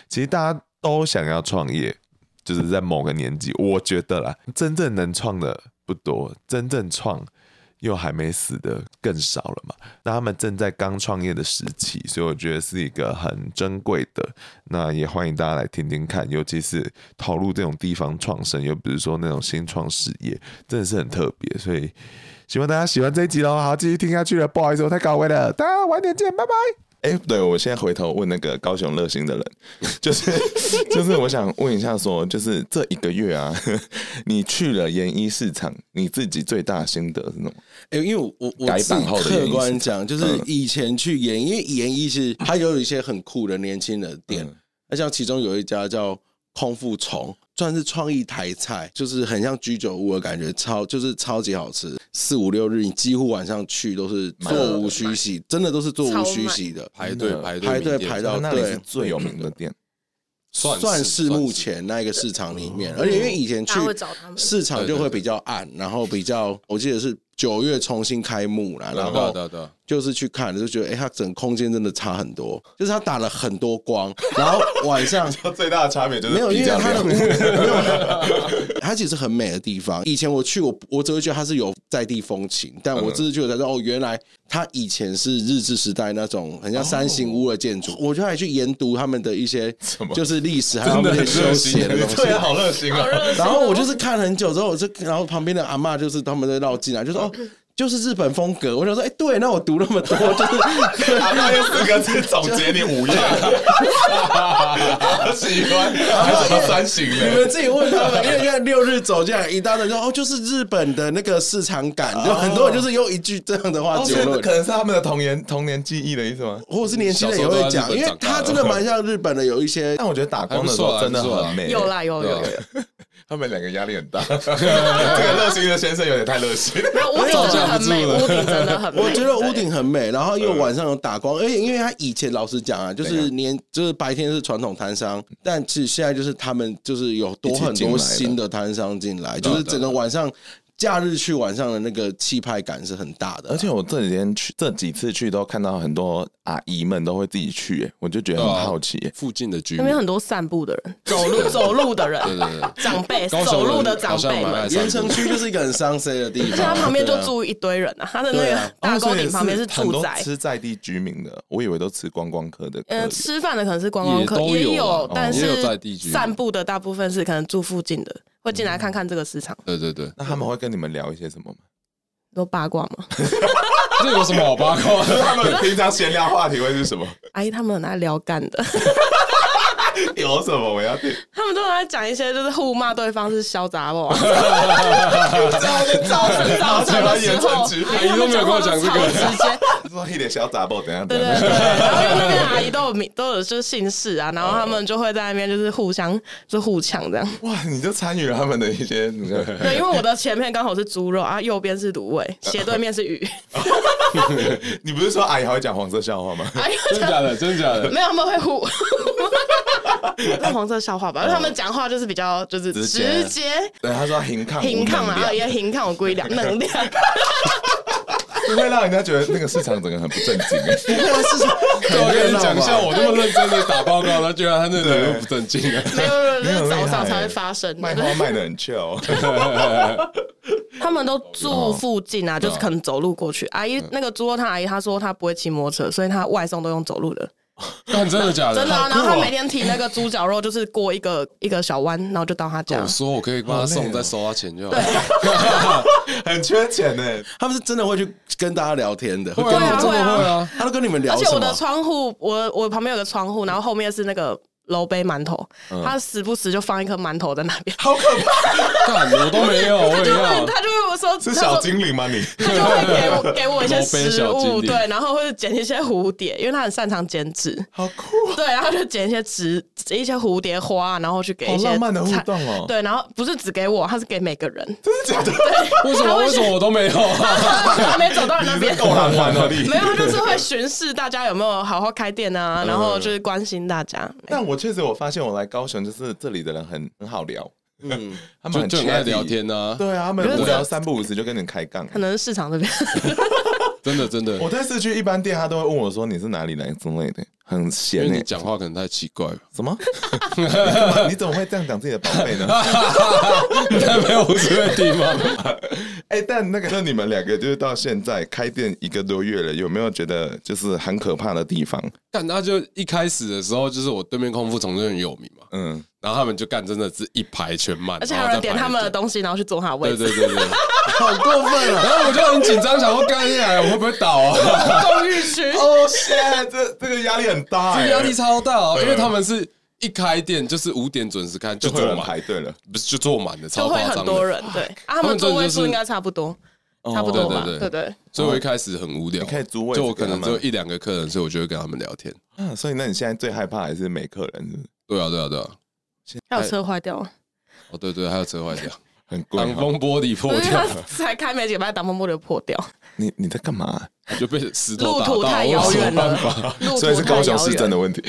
其实大家都想要创业，就是在某个年纪，我觉得啦，真正能创的不多，真正创又还没死的更少了嘛。那他们正在刚创业的时期，所以我觉得是一个很珍贵的。那也欢迎大家来听听看，尤其是投入这种地方创生，又不是说那种新创事业，真的是很特别。所以希望大家喜欢这一集喽。好，继续听下去了，不好意思，我太搞味了，大家晚点见，拜拜。哎、对我现在回头问那个高雄乐星的人，就是 就是我想问一下说就是这一个月啊，你去了研一市场，你自己最大的心得是什么？哎、因为我我我改自己版后的原因客是观讲，就是嗯以前去演，因为演艺是它有一些很酷的年轻人店嗯，那、像其中有一家叫空腹虫，算是创意台菜，就是很像居酒屋的感觉，超就是超级好吃。四五六日你几乎晚上去都是座无虚席，真的都是座无虚席的，排真队的排队排队名店排到哦那里对是最有名的店，算算是是算目是前那一个市场嗯里面，而且因为以前去大家会找他们市场就会比较暗，然后比较我记得是九月重新开幕啦，对然啊后对啊对啊，就是去看，就觉得哎、诶它整空间真的差很多，就是它打了很多光， 然后晚上最大的差 别就没有，因为它的量屋没 有，它其实很美的地方。以前我去，我我只会觉得它是有在地风情，但嗯我这次去我才知道，哦，原来它以前是日治时代那种哦很像三形屋的建筑。我就还去研读他们的一些么就是历史，还有他们的修写的东西。 对啊，好热心啊！ 然后我就是看很久之后，我就然后旁边的阿嬷就是他们在绕进来，就说哦。就是日本风格，我想说，哎、对，那我读那么多，就是阿妈用四个字总结你 五页，好喜欢，还什么三型你嘞？们自己问他们，因为现在六日走进来一大堆说哦，就是日本的那个市场感，就很多人就是用一句这样的话哦，所结以这论可。能是他们的童年童年记忆的意思吗？或者是年轻人也会讲，因为他真的蛮像日本的，有一些但我觉得打光的时候真的很美。有啦有有对有啊，他们两个压力很 大。这个热心的先生有点太热心。没有屋顶真的很美，我有屋顶真的很美。我觉得屋对顶很美，然后又晚上有打光，而且因为他以前老实讲啊，就对啊是年就是白天是传统摊商，但其实现在就是他们就是有多很一起进来多了新的摊商进来，就是整个晚上假日去晚上的那个气派感是很大的啊，而且我这几天去，这几次去都看到很多阿姨们都会自己去、欸我就觉得很好奇、欸附近的居那民边，很多散步的人，走 路走路的人，对对对，长辈高雄人走路的长辈好像蛮爱们散，盐城区就是一个很伤心的地方，而且他旁边就对啊住一堆人啊，他的那对个啊大沟哦所以顶旁边是很住多宅。吃在地居民的，我以为都吃观光客的客嗯，源。吃饭的可能是观光客，也都也有啊但也有是在地居散步的大部分是可能住附近的，会进来看看这个市场，对对对，那他们会跟你们聊一些什么吗？ 都八卦嘛。 这有什么好八卦的？ 他们平常闲聊话题会是什么？阿姨他们有拿来聊干的， 有什么我要听？他们都有在讲一些就是互骂对方是哦小杂 货，造成早上的时候，阿姨他们讲话都超直接，说一点小杂报，等一下对等一对下。 对，然后因为那边阿姨都有名，都有就是姓氏啊，然后他们就会在那边就是互相就互抢这样。哇，你就参与了他们的一些那个对，因为我的前面刚好是猪肉 啊，右边是芦苇，斜对面是鱼。你不是说阿姨还会讲黄色笑话吗？哎呀，真的假的？真的假的？没有，他们会互。 那黄色笑话吧，因为他们讲话就是比较就是直嗯直接接 嗯对，他说平抗，平抗无能嘛，量也平抗我归两能 量。不会让人家觉得那个市场整个很不正 经。哎对，我跟你讲一下，我那么认真的打报告，他居然他那对里都不正经啊！没有，没有，就是很厉害早上才会发生卖的。花卖的很 chill，他们都住附近啊，就是可能走路过去。阿姨那个猪肉汤阿姨，她说她不会骑摩托车，所以她外送都用走路的。但真的假的？真的啊，好然酷后哦他每天提那个猪脚肉，就是过一个一个小弯，然后就到他家我。说我可以帮他好累送，哦再收他钱就好。对， 很缺钱呢。他们是真的会去跟大家聊天的，会会跟你啊，们真会啊的会啊。他都跟你们聊而且什我的么？窗户，我我旁边有个窗户，然后后面是那个楼杯馒头，他时不时就放一颗馒头在那边，好可怕！干，我都没有，我他也就会要。他就会说，是他小说精灵吗你？他就会给我给我一些楼杯食小物，精灵对，然后或者捡一些蝴蝶，因为他很擅长剪纸， 好酷啊！对，然后就捡一些植一些蝴蝶花，然后去给好一些浪漫的互菜动哦对，然后不是只给我，他是给每个 人，真的假的？为什他么？会为什么我都没有？啊还没走到你那边你是。够浪漫 哦你没。有，他就是会巡视大家有没有好好开店啊，嗯然后就是关心大家。但我确实我发现我来高雄，就是这里的人很很好聊，嗯， 他们就很就很爱 chatty 聊。天呐，对啊，他们无聊三不五时就跟你开杠。可能是市场 这边，真的真的。我在市区一般店，他都会问我说你是哪里来之类的，很因闲为呢你。讲话可能太奇怪了， 什 么？你干嘛你怎么会这样讲自己的宝贝 呢？你还没有无所谓的地方。哎、但那个，那你们两个就是到现在开店一个多月了，有没有觉得就是很可怕的地方？干，他就一开始的时候，就是我对面空腹从就很有名嘛，嗯，然后他们就干，真的是一排全满，而且然还后有人再点排他们的队东西，然后去坐他的位对 置。对对对，好过分啊！然后我就很紧张，想说干起来我会不会倒啊？公寓区，哦，现在这这个压力很大这 哎，个压力超大哦，对因为他们是一开店就是五点准时开，就就会有坐人满，排队了。不是就坐满的，超就会夸很张多的。人，对，啊，他他们们座位真的就是哦数应该差不多，差不多吧，对对对对对。所以我一开始很无聊，你可以租位置就我可能给只他有们一两个客人，所以我就会跟他们聊天。嗯，所以那你现在最害怕还是没客人，是不是对啊，对啊，对啊。还有车坏掉了，哦，对对，还有车 坏掉，很贵挡哦。风玻璃破因为掉 它了，才开没几个礼拜，挡风玻璃就破掉，你你在干嘛啊？就被石头路打到，途太我有遥什远么办了法？， 路途所以是高雄市真政的问题。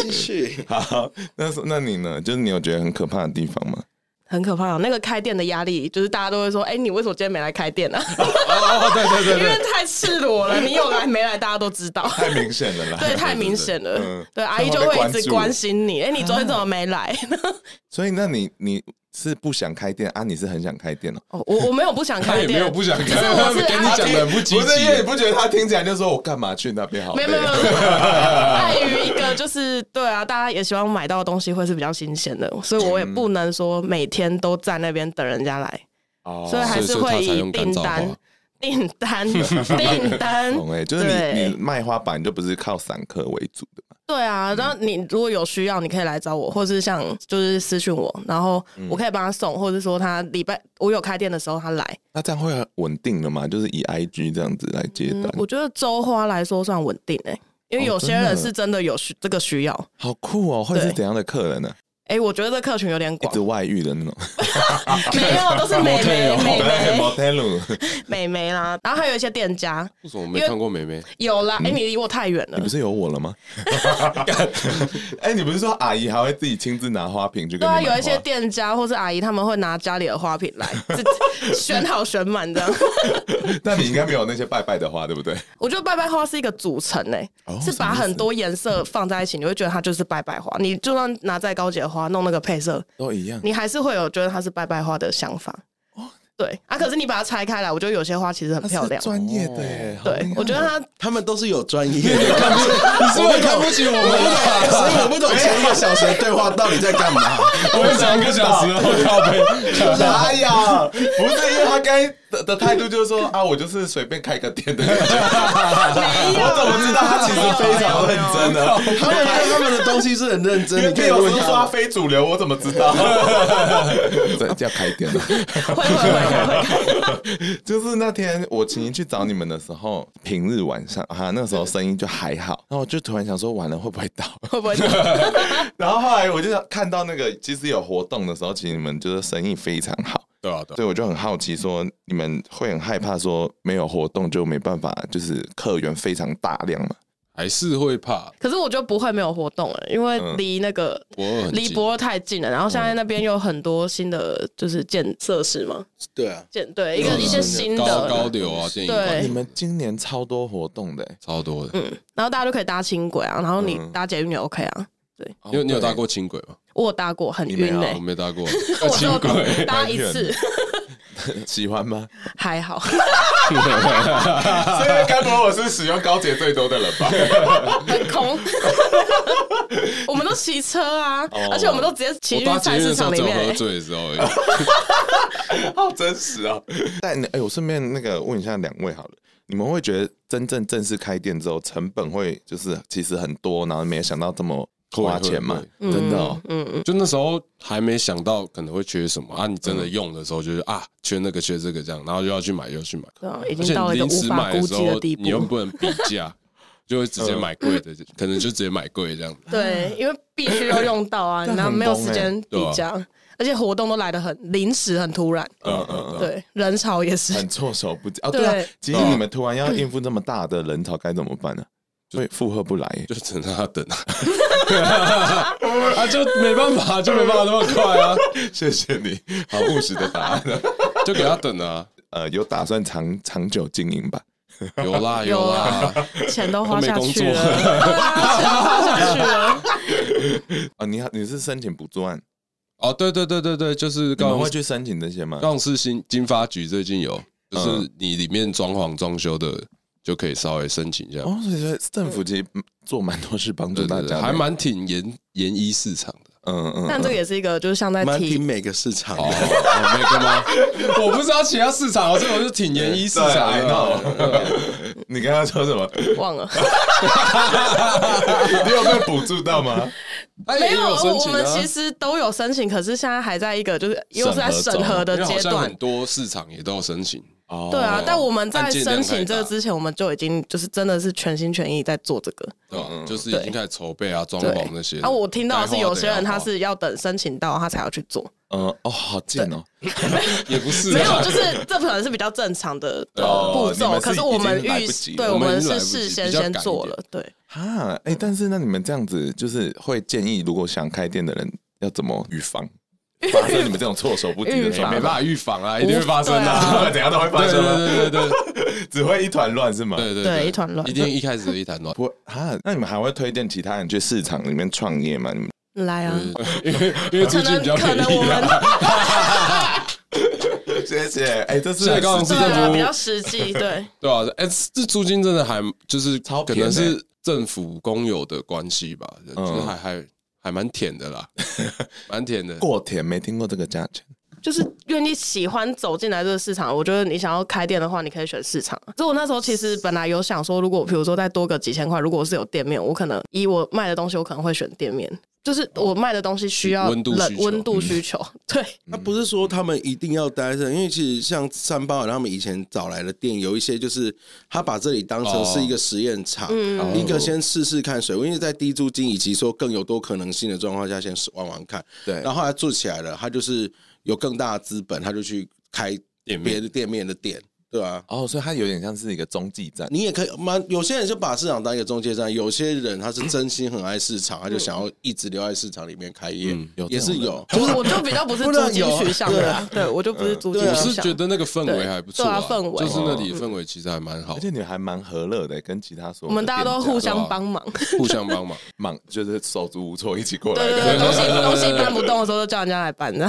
继续，好，那是那你呢？就是你有觉得很可怕的地方吗？很可怕、哦。那个开店的压力，就是大家都会说，哎、你为什么今天没来开店啊？哦，对对对因为对，太赤裸了，你有来没来，大家都知道。太明显了啦。 对，太明显了。嗯对，阿姨就会一直关心你。哎、你昨天怎么没来？所以那你你是不想开店啊？你是很想开店哦。 哦我我没有不想 他开也没店，有不想可是看，我他是们 跟你讲的很不积不是因为你极。不觉得他听起来就说我干嘛去那边好哎没累？有没有，没有碍于一个就是对啊，大家也希望买到的东西会是比较新鲜的，所以我也不能说每天都在那边等人家来，哦所以还是会所以所以他才以用干订燥单花、订单、订单，懂哎，就是你对你卖花板就不是靠散客为主的嘛。对啊，然后你如果有需要，你可以来找我，或是像就是私讯我，然后嗯我可以帮他送，或者说他礼拜我有开店的时候他来。那这样会很稳定的嘛？就是以 IG 这样子来接单嗯，，我觉得周花来说算稳定诶、欸因为哦有些真的人是真的有需这个需要。好酷哦！会是对怎样的客人呢？哎、我觉得这客群有点一广直，外遇的那种，没 有都是美哦眉美对眉，motel，美眉啦，然后还有一些店家为什么我没看过梅梅？有啦。哎、你离我太远了嗯你不。是有我了吗？哎，你不是说阿姨还会自己亲自拿花瓶去跟对啊，你买有一些花店家或是阿姨，他们会拿家里的花瓶来， 自己选好选满这样。 那你应该没有那些拜拜的花，对不对？我觉得拜拜花是一个组成诶、哦是把很多颜色放在一起，你会觉得它就是拜拜花。你就算拿再高级的花弄那个配色，都一样。哦你还是会有觉得它是拜拜花的想法。对啊，可是你把它拆开来，我觉得有些花其实很漂 亮。专业的耶，好对 厉，害我觉得它他们都是有专业的，你是不是看不起我们啊？所以我不懂前一个小时的对话到底在干嘛。我们讲一个小时后靠 背，哪有？不是因为他该的的态度就是说啊，我就是随便开个店的感觉。我怎么知道他其哎实非常认真呢？他们看他们的东西是很认真，因为你你可以有问时候他说他非主流，我怎么知道？ 这这要开啊店了。会会会会会 就是那天我情人去找你们的时候，平日晚上啊，那时候生意就还好，然后我就突然想说，完了会不会倒？ 会不会这样？然后后来我就看到那个，其实有活动的时候，其实你们就是生意非常好。对啊，对啊，所以我就很好奇，说你们会很害怕说没有活动就没办法，就是客源非常大量嘛？还是会怕。可是我觉得不会没有活动了，因为嗯离那个博尔很离近博尔太近了，然后现在那边有很多新的就是建设施嘛，对啊，建对一个哦嗯一些新高高的，流啊，电影对你馆们今年超多活动的、 欸，超多的。嗯，然后大家就可以搭轻轨啊，然后你嗯搭捷运也 OK 啊，你有你有搭过轻轨吗？我有搭过很你没晕有呢、我没搭过我轻就 轨，搭一次对？喜欢吗？还好，所以 该不会我是使用高铁最多的人吧？很 空。我们都骑车啊，而且我们都直接骑哦我去搭捷菜运市的时候场只里有面、喝欸。醉的时候而已，好真实啊！但哎、我顺便那个问一下两位好了，你们会觉得真正正式开店之后，成本会就是其实很多，然后没有想到这么花钱嘛？嗯真的哦、嗯嗯，就那时候还没想到可能会缺什么啊，你真的用的时候就是啊，缺那个缺这个这样，然后又要去买又去买，对啊，已而经且到了你一个临无时法买估的时计的候，地你又步。不能比价，就会直接买贵的，可能就直接买贵这样。对，因为必须要用到 啊，然后没有时间对比啊较，而且活动都来得很临时、很突然。嗯嗯，对，人潮也是。 很措手不及哦。对嗯对啊，其实你们突然要应付这么大的人潮，该怎么办呢、会负荷不来、欸就只能让他等啊， 啊就没办法，就没办法那么快啊，谢谢你，好务实的答案。就给他等啊，呃，有打算长长久经营吧？有啦有有啦，钱都花都没下工去作了，对啊，钱都花 下去了。啊、你好，你是申请补助案，哦对对对对对，就是你们刚会去申请这些吗？刚是新金发局最近有，就是你里面装潢装修的就可以稍微申请一下，哦，所以说政府其实做蛮多事帮助对大对家对，的，还蛮挺研研一市场的，嗯嗯，但这个也是一个就是像在蛮挺提，每个市场的。哦，每个吗？ 我不知道其他市场，我这我是挺研一市对场，I 的。 know。你 刚刚说什么？忘了。你有被补助到吗？他哎也没有，申我我请们啊，其实都有申请，可啊是现在还在一个就是又是在审核中审核 的因为好阶像段很。多市场也都有申请。哦对啊，但我们在案件量申太请大这个之前，我们就已经就是真的是全心全意在做这个。对吧嗯嗯就是已经开始筹备啊、装对潢那些。啊，我听到的是有些人该画他的是要等申请到他才要去做，嗯，哦，好贱哦，也不是啊没有，就是这可能是比较正常的的哦步你骤。们是可是我们已经来不及了预对，我我们们已经是来不及事比先较先赶一做点了，对。哈，哎、但是那你们这样子，就是会建议，如果想开店的人要怎么预防发生你们这种措手不及的预状况？防没办法预防啊，一定会发生的、真的，怎样都会发对啊生吗？对对对对只会一团乱是吗？对对啊对一啊团乱一定一开始就一团乱。不哈，那你们还会推荐其他人去市场里面创业吗？你们 来啊，因为因为可最近能比较可便能我宜啊们啦，谢谢，哎、这是现在刚好是是对政啊，府比 较实际，对对吧、哎、这租金真的还就是超可便宜能是政府公有的关系吧，就是还还还蛮甜的啦， 蛮甜的。过甜，没听过这个价钱。就是愿意喜欢走进来这个市场。我觉得你想要开店的话，你可以选市场。啊所以我那时候其实本来有想说，如果比如说再多个几千块，如果我是有店面，我可能以我卖的东西，我可能会选店面。就是我卖的东西需要温度需冷求温度需求，对，他不是说他们一定要待在这，因为其实像三八他们以前找来的店，有一些就是他把这里当成是一个实验场，哦一个先试试看水温，因为在低租金以及说更有多可能性的状况下，先试玩玩看。对然后后来做起来了，他就是有更大的资本，他就去开店面别的店面的店，对啊。哦，所以它有点像是一个中继站。你也可以，蛮有些人就把市场当一个中介站，有些人他是真心很爱市场，他就想要一直留在市场里面开业，嗯有也这种是人有。就是我就比较不是 不租然金有啊取向的啦，对我就不是租金对我啊取是向觉。得那个氛围对还不错、对啊氛围就是那里氛围其实还蛮好而且，你们还蛮和乐的，跟其他所有我们的大家都店家互相帮忙， 互相帮忙。忙，就是手足无措一起过来对对的。对，东西东西搬不动的时候就叫人家来搬的。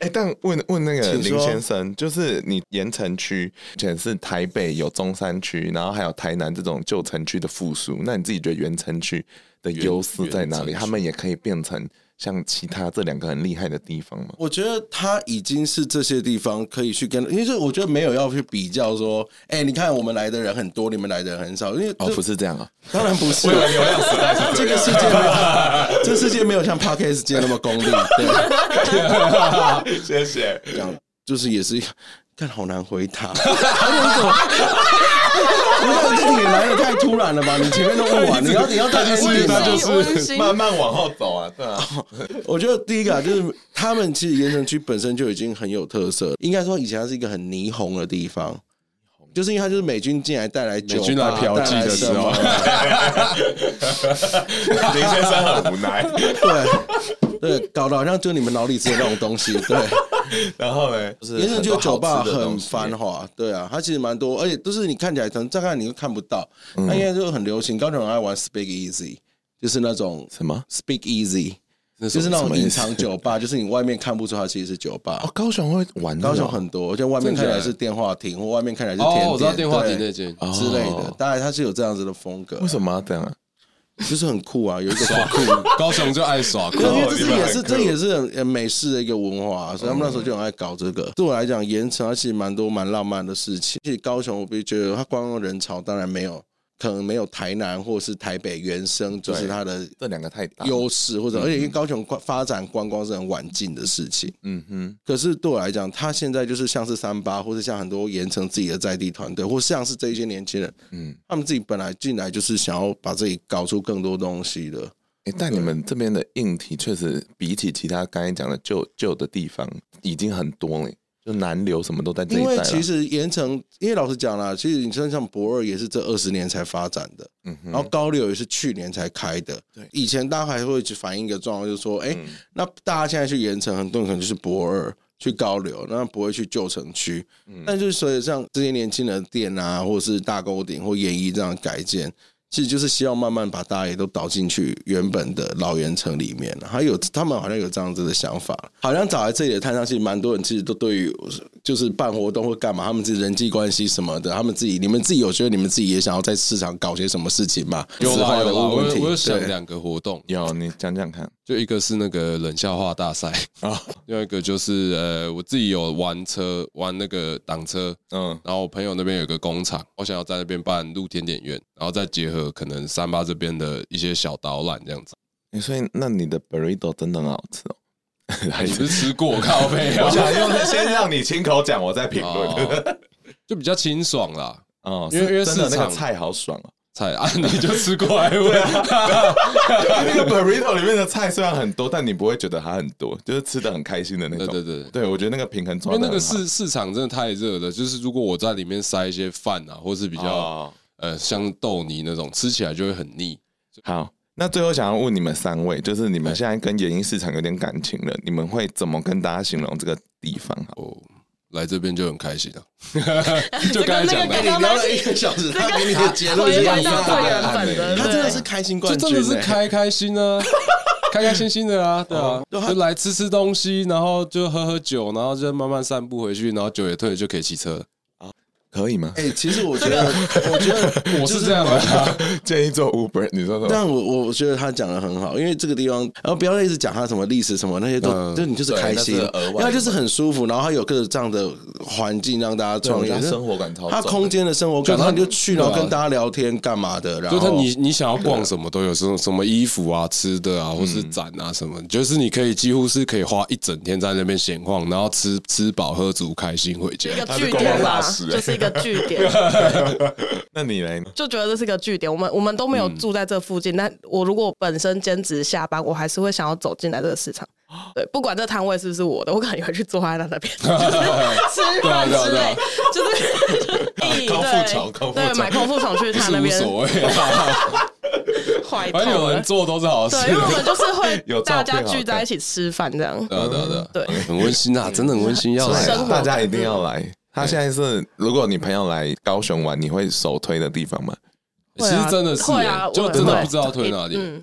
哎、但问问那个请林说先生，就是你盐城区，以前是台北有中山区，然后还有台南这种旧城区的附属，那你自己觉得盐城区的优势在哪里？原城区他们也可以变成像其他这两个很厉害的地方吗？我觉得他已经是这些地方可以去跟，因为这我觉得没有要去比较说，哎、你看我们来的人很多，你们来的人很少，因为哦，这不是这样啊，当然不是，这个世界没有， 这世界没有像 Parkes 界那么功利，对， 谢谢。这样就是也是， 看好难回 答。不是这题也来的太突然了吧？你前面都 问完，你要你要大概温问一啊下馨温馨慢慢往后走啊，对 啊，我觉得第一个啊，就是他们其实盐城区本身就已经很有特色，应该说以前它是一个很霓虹的地方，就是因为它就是美军进来带来酒吧美军来嫖妓的时候带来什么林先生很无奈。对对，搞得好像就你们脑里只有那种东西。对，然后呢， 就是盐城区很多酒吧好吃的很东西繁华，对啊，它其实蛮多，而且都是你看起来可能乍看你都看不到，嗯它应该就很流行，高雄人爱玩 Speak Easy，就是那种什么？ Speak Easy。就是那种隐藏酒吧，就是你外面看不出它其实是酒吧。 哦，高雄会玩高雄很。很多，就外面看起来真是电话亭，或外面看起来是甜哦，点，我知道电话亭那对间，之类的。当然，它是有这样子的风格，哦为什么要这样啊？就是很酷啊，有一个耍酷，高雄就爱耍酷因。为哦这是你们也很是酷这也是很很美式的一个文化、所以他们那时候就很爱搞这嗯个。对我来讲，盐城它其实蛮多蛮浪漫的事情。其实高雄，我必须觉得它观光人潮当然没有，可能没有台南或是台北原生，就是对嗯它的这两个太大。优势，或者而且因为高雄观发展观光是很晚进的事情。嗯哼，可是对我来讲，他现在就是像是三八，或是像很多盐城自己的在地团队，或像是这一些年轻人，嗯嗯，他们自己本来进来就是想要把自己搞出更多东西的。诶但你们这边的硬体确实比起其他刚才讲的旧旧的地方已经很多了，就南流什么都在这因一带为了。其实盐城，因为老实讲啦，其实你像像博二也是这二十年才发展的，嗯哼然后高六也是去年才开的。对以前大家还会去反映一个状况，就是说，哎、嗯那大家现在去盐城，很多人可能就是博二。去高流，那不会去旧城区，嗯但就是所以像这些年轻人的店啊，或者是大沟顶或演艺这样的改建，其实就是希望慢慢把大家也都导进去原本的老盐城里面。还有他们好像有这样子的想法，好像找来这里的摊商，其实蛮多人其实都对于就是办活动或干嘛，他们自己人际关系什么的，他们自己你们自己有觉得你们自己也想要在市场搞些什么事情吗？有啊此话啦有啦，问我问有题我有啊想对两个活动，有你讲讲看就一个是那个冷笑话大赛， 啊，另外一个就是呃，我自己有玩车，玩那个挡车，嗯，然后我朋友那边有个工厂，我想要在那边办露天电影院，然后再结合可能三八这边的一些小导览这样子。你所以那你的 burrito 真的很好 吃哦，还你是不是吃过靠背我啊？想用先让你亲口讲，我再评论。哦就比较清爽啦， 哦，因为因为是真的那市场个菜好爽哦，菜啊，你就吃过来问那个 burrito 里面的菜虽然很多，但你不会觉得它很多，就是吃的很开心的那对种。对对。对，我觉得那个平衡因抓为的那个市市场真的太热了，就是如果我在里面塞一些饭啊，或是比比较、哦呃像豆泥那种，吃起来就会很腻。好。那最后想要问你们三位，就是你们现在跟演艺市场有点感情了，你们会怎么跟大家形容这个地方？好，哦，来这边就很开 心啊，就刚才这个讲那的个。你聊了一啊个小时，他给你的结论回是归 一到最原样本的，的，他真的对是开心就冠军真欸，的是开开心 啊，开开心心的啊，对啊，对啊就来吃吃东西，然后就喝喝酒，然后就慢慢散步回去，然后酒也退了就可以骑车了。可以吗？哎、其实我觉得，我觉得 我是这样的、啊，哎建议做 Uber，你说什么？但我我我觉得他讲的很好，因为这个地方，然后不要一直讲他什么历史什么那些都，嗯就你就是开心，对那是额外的因为就是很舒服，然后他有各种这样的环境让大家创业，生活感超重他空间的生活感，就他然后你就去，然后对啊跟大家聊天干嘛的，然就后是你你想要逛什么都有，什么什么衣服啊、吃的啊，或是展啊什么，就是你可以几乎是可以花一整天在那边闲晃，然后吃吃饱喝足，开心回家一。个他是据观光点大啦，使欸就是一个据点。 那你来就觉得这是个据点。我们我们都没嗯有住在这附近，但我如果本身兼职下班，我还是会想要走进来这个市场。哦对，不管这摊位是不是我的，我可能也会去坐在那 那边就是吃啊饭之类，就是 高富丑高对富丑对买空腹虫去不他是那 无边所谓啊，怀 反正痛有人了。做都是好事。对，因为我们就是 有会照大片家好看聚在一起吃饭这样。对啊对啊对啊，对，很温馨啊，真的很温馨，要来对生啊活大家一定要来。他现在是，如果你朋友来高雄玩，你会首推的地方吗？其实真的是会啊欸，会就真的会不知道推哪里。嗯，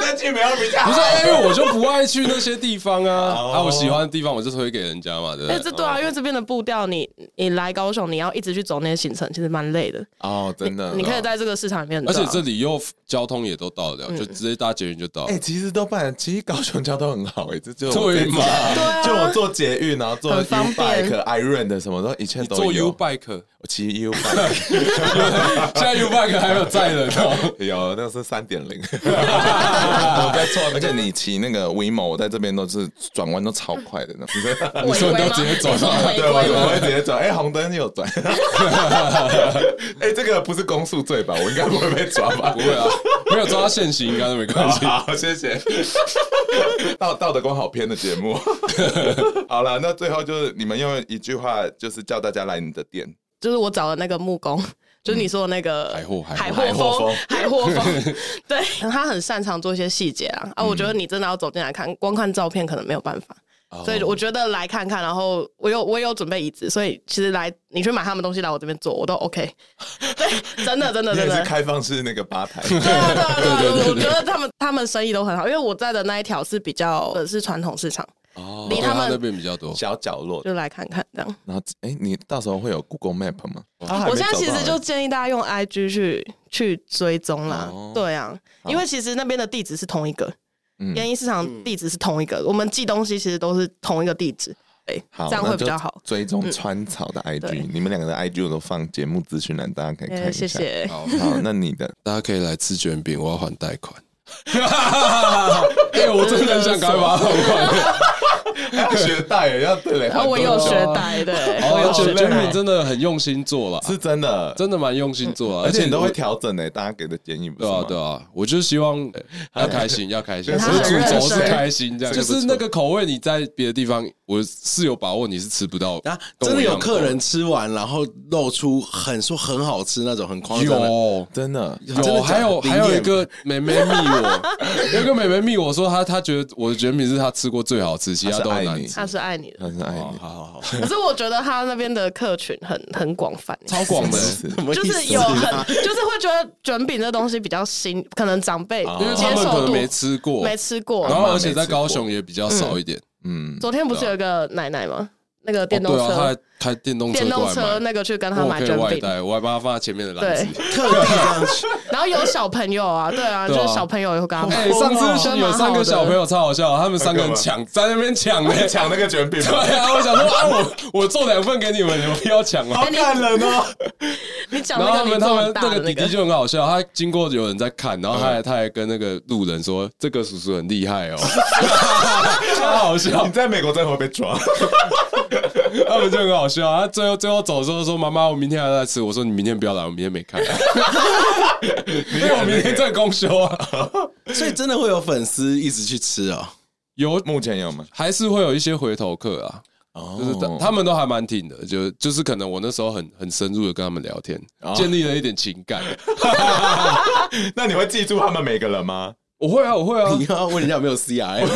那去没有比较不是，因为我就不爱去那些地方 啊，哦啊，我喜欢的地方我就推给人家嘛，对不哎，对？这对啊，因为这边的步调，你你来高雄，你要一直去走那些行程，其实蛮累的。哦，真的，你可以在这个市场里面走而啊，且这里又交通也都到嗯得了，就直接搭捷运就到哎、了。其实都办，其实高雄交通很好哎、这就我对嘛？对啊，就我坐捷运，然后坐 U 很方 bike、便 Iron 的什么都一切你都坐有。 U bike，我骑 U bike 现在 U bike 还有载人哦。有，那是三点零。我在坐那个，你骑那个 WeMo，我在这边都是转弯都超快的那种。违说规你都吗？直接走上来啊 你对，说我违规我吗？会直接转。哎、红灯有 转。哎、这个不是公诉罪吧？我应该不会被抓吧？不会啊，没有抓到现行应该都没 关系。 好，谢谢。道道德观好偏的节 目。好了，那最后就是你们用一句话，就是叫大家来你的店。就是我找的那个木工，就是你说的那个海货海海货货风，海货风， 对他很擅长做一些细节啊。啊，我觉得你真的要走进来看，光看照片可能没有办法。所以我觉得来看看，然后我有我有准备椅子，所以其实来你去买他们东西来我这边做，我都 OK。对，真的真的你也真是的，开放式那个吧台，对啊对啊对啊，我觉得他们他们生意都很好，因为我在的那一条是比较呃是传统市场，离他哦那们边比较多，小角落。就来看看这样。然后，哎、你到时候会有 Google Map 吗？啊我现在其实就建议大家用 IG 去去追踪啦，哦对啊，因为其实那边的地址是同一个，嗯烟、一市场地址是同一个，我们寄东西其实都是同一个地址，对，好，这样会比较好嗯那就。追踪川草的 IG，、对你们两个的 IG 我都放节目资讯栏，大家可以看一哎下。谢。谢，好，好，那你的大家可以来吃卷饼，我要还贷款。 哎，我真的很想赶快把它还完。学贷 要对嘞然 哦后我也有学贷，对，我哦有学卷卷饼贷。真的很用心做了，是真的，真的蛮用心做啊，而且你都我会调整诶，大家给的建议不是对啊，吗？对啊，我就希 望要开心，要开心，对我他的很主认轴是真开心，这样这就个不错是那个口味，你在别的地方我是有把握你是吃不到啊，跟真我的一样有客人吃完，然后露出很说很好吃那种很夸哦张的，有。真的。真的假有，的还有灵还验有一个妹妹密我，有一个妹妹密我说她她觉得我的卷饼是她吃过最好吃，其他都她很是爱难你吃。他是爱你的，很爱哦你，好好好，可是我觉得他那边的客群很很广泛，超广 的，是什么意就思是有 很，就是会觉得卷饼这东西比较新，可能长辈因哦为他接们可受能度没吃过没，吃过然。后而且没吃在过高雄也比较少一点。嗯，昨天不是有一个奶奶吗？那个嗯电动对啊，他车还，开电动车电过动来车买，那个去跟他我买可以卷外饼，带，我还把它放在前面的篮对子。，特地这样去，然后有小朋友 啊，对啊，对就啊是小朋友也会跟他买 哦哎、。上次有三个小朋友超好笑，他们三个人抢在那边抢呢， 抢那个卷饼 对吗？啊，我想说啊，我 我做两份给你们，你们不要抢啊。感人哦！哎你讲然后那他个你们他这们么那大的个弟那弟个，就很好笑，他经过有人在看，然后他还他还跟那个路人说：“这个叔叔很厉害哦，超好笑你。在美国真的会被 抓。”他们就很好笑。他最后最后走的时候说：“妈妈，我明天还要来吃。”我说：“你明天不要来，我明天没看，因为我明天在公休啊。所以真的会有粉丝一直去吃哦。”有目前有吗？还是会有一些回头客啊，就是他他们都还蛮挺的，就就是可能我那时候很很深入的跟他们聊天，建立了一点情感。 那你会记住他们每个人吗？我会啊，我会啊，哦你要问人家有没有 CRM？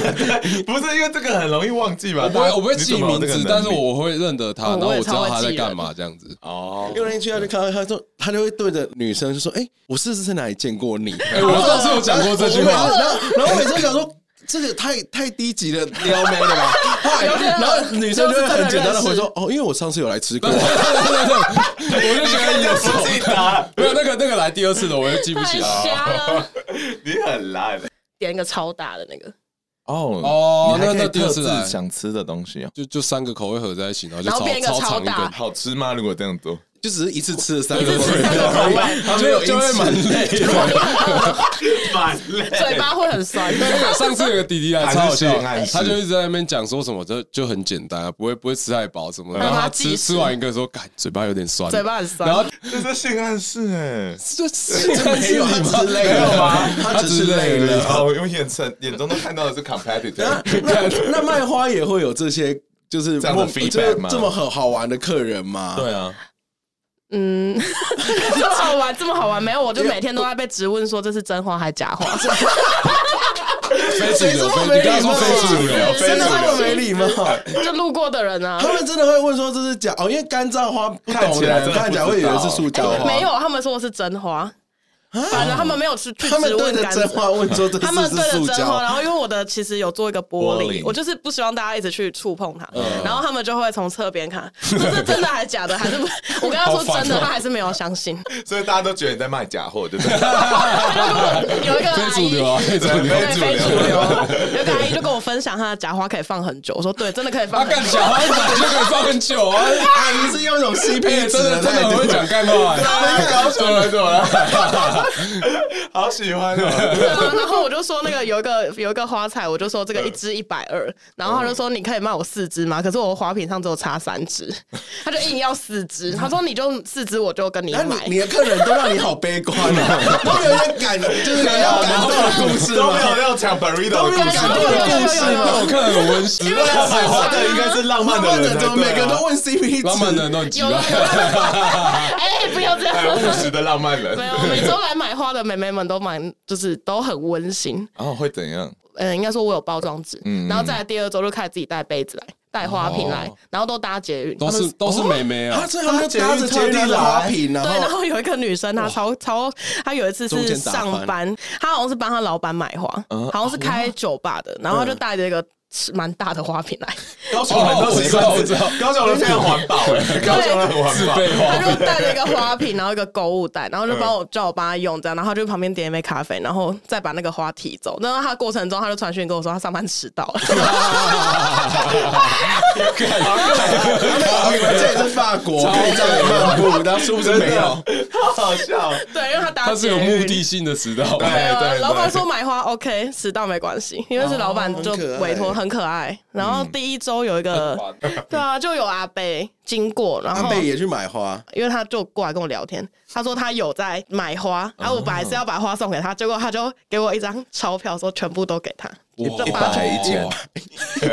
不是因为这个很容易忘记吧？我不会，我不会你记怎么有名这个字，能但是力我会认得他，哦然后我也我知道超他会在记干人嘛这样子。 哦，有人去他就看到他说，他就会对着女生就说：“哎、我是不是在哪里见过你？” 哎，我上次有讲过这句然后话，然后然后我每次都想说。这个太太低级的撩妹了吧？后来有可能 然后女生就会很简单的回就是真的认说：“哦，因为我上次有来吃过。对对对对，我就觉得有时候记得， 没有那个那个来第二次的，我又记不起太来。瞎 了，你很烂点一个超大的那个，哦哦你还可那以那第二特次来制想吃的东西哦。就就三个口味合在一起，然后就然后超变一个超超长一大 根，好吃吗？如果这样做，”就只是一次吃了三一个次吃三个口味，他没有就就会蛮累的。蛮嘴巴会很 酸。那 个上次有个弟弟来超好笑还是性暗，示他就一直在那边讲说什么，就就很简单啊，不会不会吃太饱什么的。让然他后他计吃时吃完一个说，感嘴巴有点酸，嘴巴很酸然后 这是性暗示哎，就吃没啊有，他只是累没有了吗，他只是累了。哦，我用眼神眼中都看到的是 competitor， 那那卖花也会有这些，就是这样的莫 feedback 就是吗这么很好玩的客人吗？啊，嗯，这么好玩，这么好玩，没有，我就每天都在被质问说这是真话还假话， 非主流，非你刚刚说非主流，非真的主这么流。没礼貌？就路过的人啊他。们真的会问说这是假哦，因为干燥花不看懂起的来人真的看起来不会以知为道是塑胶哎花，没有，他们说我是真啊花，反正他们没有去去他们质对问着干真话问说这 他们是不对是着塑真话，胶？然后因为我的其实有做一个玻玻璃璃，我就是不希望大家一直去触碰它，然后他们就会从侧边看， 说这真的还是假的，还是不？我跟他说真的，他还是没有相信。 所以大家都觉得你在卖假货，对不对？有一个非阿主姨流。啊，非主流，对，非主流。有一个阿姨就跟我分享，她的假花可以放很久。我说对，真的可以他放很干久。小孩奶就可以放很 久啊！阿姨是用一种 CP 哎，值真的真的态很度会，讲干话，哎高手了，怎么了？好喜欢哦！对啊然后我就说那个有一个有一个花菜，我就说这个一支一百二，然后他就说你可以卖我四支吗？可是我花瓶上只有插三支，他就硬要四支，他说你就四支我就跟你那买你。你的客人都让你好悲观 啊，都没有一些感，就是啊要感动的故事都没吗？有要抢 burrito 的故有事感动吗，的故事有有有有吗我？看了很 温馨。喜欢的应该是浪漫浪的漫人才对的怎啊，么每个 都问 CP 值？浪漫的人都很奇有了，有怪，了 哎，不要这样哎。务实的浪漫人没。有，每周来买花的妹妹们都蛮，就是都很温馨。然后哦会怎样？嗯，应该说我有包装纸，然后再来第二周就开始自己带杯子来，带花瓶来，然后都搭捷运。都他是们哦都是美眉啊他！最后就搭着捷运的花瓶，然对，然后后有一个女生，她超超，她有一次中是间打翻上班，她好像是帮她老板买花，好像是开酒吧的，然后她就带着一个蛮大的花瓶来，高雄人都喜哦我欢知道我，高雄人非常环保哎，高雄人很环自保。备他花就带了一个花瓶，然后一个购物袋，然后就帮我叫我帮他用这样，然后他就旁边点一杯咖啡，然后再把那个花提走。然后他过程中他就传讯跟我说他上班迟到了，我以为这也是法国，可以这样漫步，然后是不是没有？好好笑。 对，因为他搭他是有捷运目的。性的迟到。对啊对对对老板说买花 OK，迟到没关系，因为是老板就很可爱委托，哦很可爱。然后嗯第一周有一个，对啊，就有阿贝经过，然阿后贝也去买花，因为他就过来跟我聊天，他说他有在买花，然后我本来是要把花送给他，结果他就给我一张钞票，说全部都给他，就把全一千哇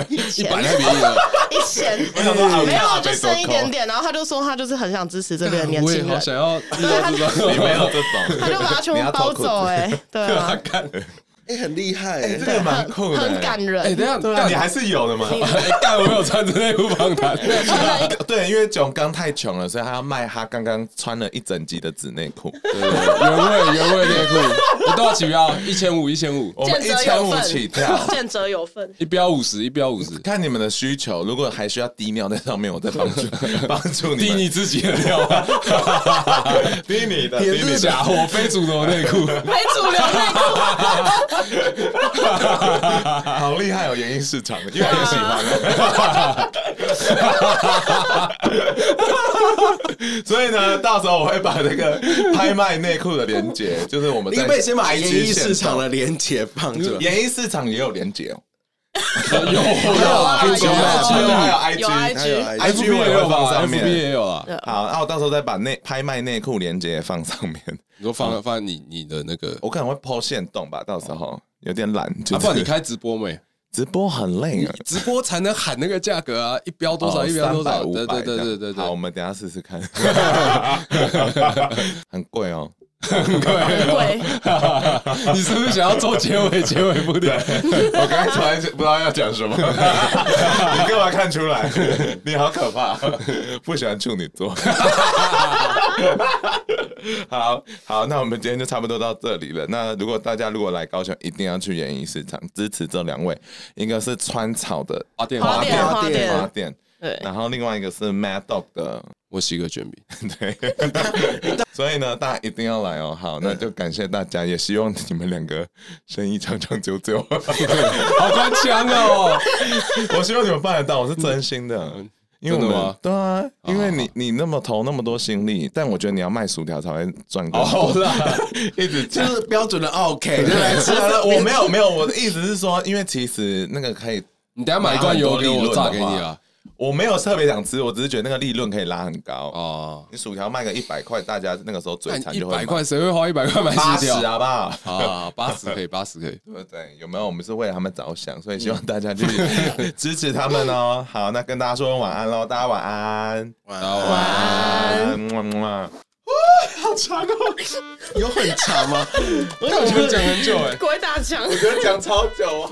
一千本来便宜了，一千，我想说啊没有我就被多剩一点扣点，然后他就说他就是很想支持这边的年我也轻好人，想要遇到这种。没有这种，他就把它全部包走、哎，对他啊，干哎、很厉哎、害、哎这个蛮酷的、很感人。 哎、等一下，对啊，干你还是有的嘛。哎干，我没有穿着内裤 访谈。穿了一个对，因为囧刚太穷了，所以他要卖他刚刚穿了一整集的纸内 裤。原味原味内裤，我都要起标一千五一千五，我们一见者千有五份起跳，见者 有份。 一标五十一标五十，看你们的需求。如果还需要滴尿在上面，我再帮 助帮助你滴们。你自己的料， 滴你的，滴 也你是的。假货，非主流内裤。非主流内裤，好厉害哦，演艺市场越来越喜欢了。啊 所以呢，到时候我会把这个拍卖内裤的连接，就是我们你在可不可以先把 IG 演艺市线场上的连接放着？演艺市场也有连接哦， 有有啊有有啊有啊啊有还有 IG，还有 IG ，FB 我也也有会放吧上，FB 也面。有啊。好，那我到时候再把内拍卖内裤连接也放上面， 你说放放你你的那个，我可能会抛线动吧，到时候有点懒，就啊，是不然你开直播没？直播很累啊，直播才能喊那个价格啊，一标多少一标多少，五对百对对对对好，我对，们等一下试试 看，很贵哦。 很贵。你是不是想要做结尾？结尾不了，我 刚才突然不知道要讲什么， 你干嘛看出来？ 你好可怕， 不喜欢处女座。 好好，那我们今天就差不多到这里了。那如果大家如果来高雄，一定要去演艺市场支持这两位，一个是川草的 花店花店花花花店，店，对，然后另外一个是 Mad Dog 的 墨西哥卷饼，对，所以呢，大家一定要来哦。好，那就感谢大家，也希望你们两个生意长长久久。好官腔哦。 我希望你们办得到，我是真心的。因为我真们的吗对啊，因为你你那么投那么多心力，但我觉得你要卖薯条才 会赚更好多。啦， 一直讲就，是标准的哦哎 OK，就 来吃呃我没 有没有，我的意思是说，因为其实那个可以，你等一下买一罐油给我，炸给你啊。我没有特别想吃，我只是觉得那个利润可以拉很高。哦，你薯条卖个一百块，大家那个时候嘴馋一就会百买块，谁会花一百块买八薯十条？好不好？啊，八十可以，八十可以。对不对？有没有？我们是为了他们着想，所以希望大家去支持他们哦。好，那跟大家说晚安喽，大家晚安，晚然安后晚安。嗯么么么。有很长吗？我们讲很久哎。欸鬼打墙。我觉得讲超久啊。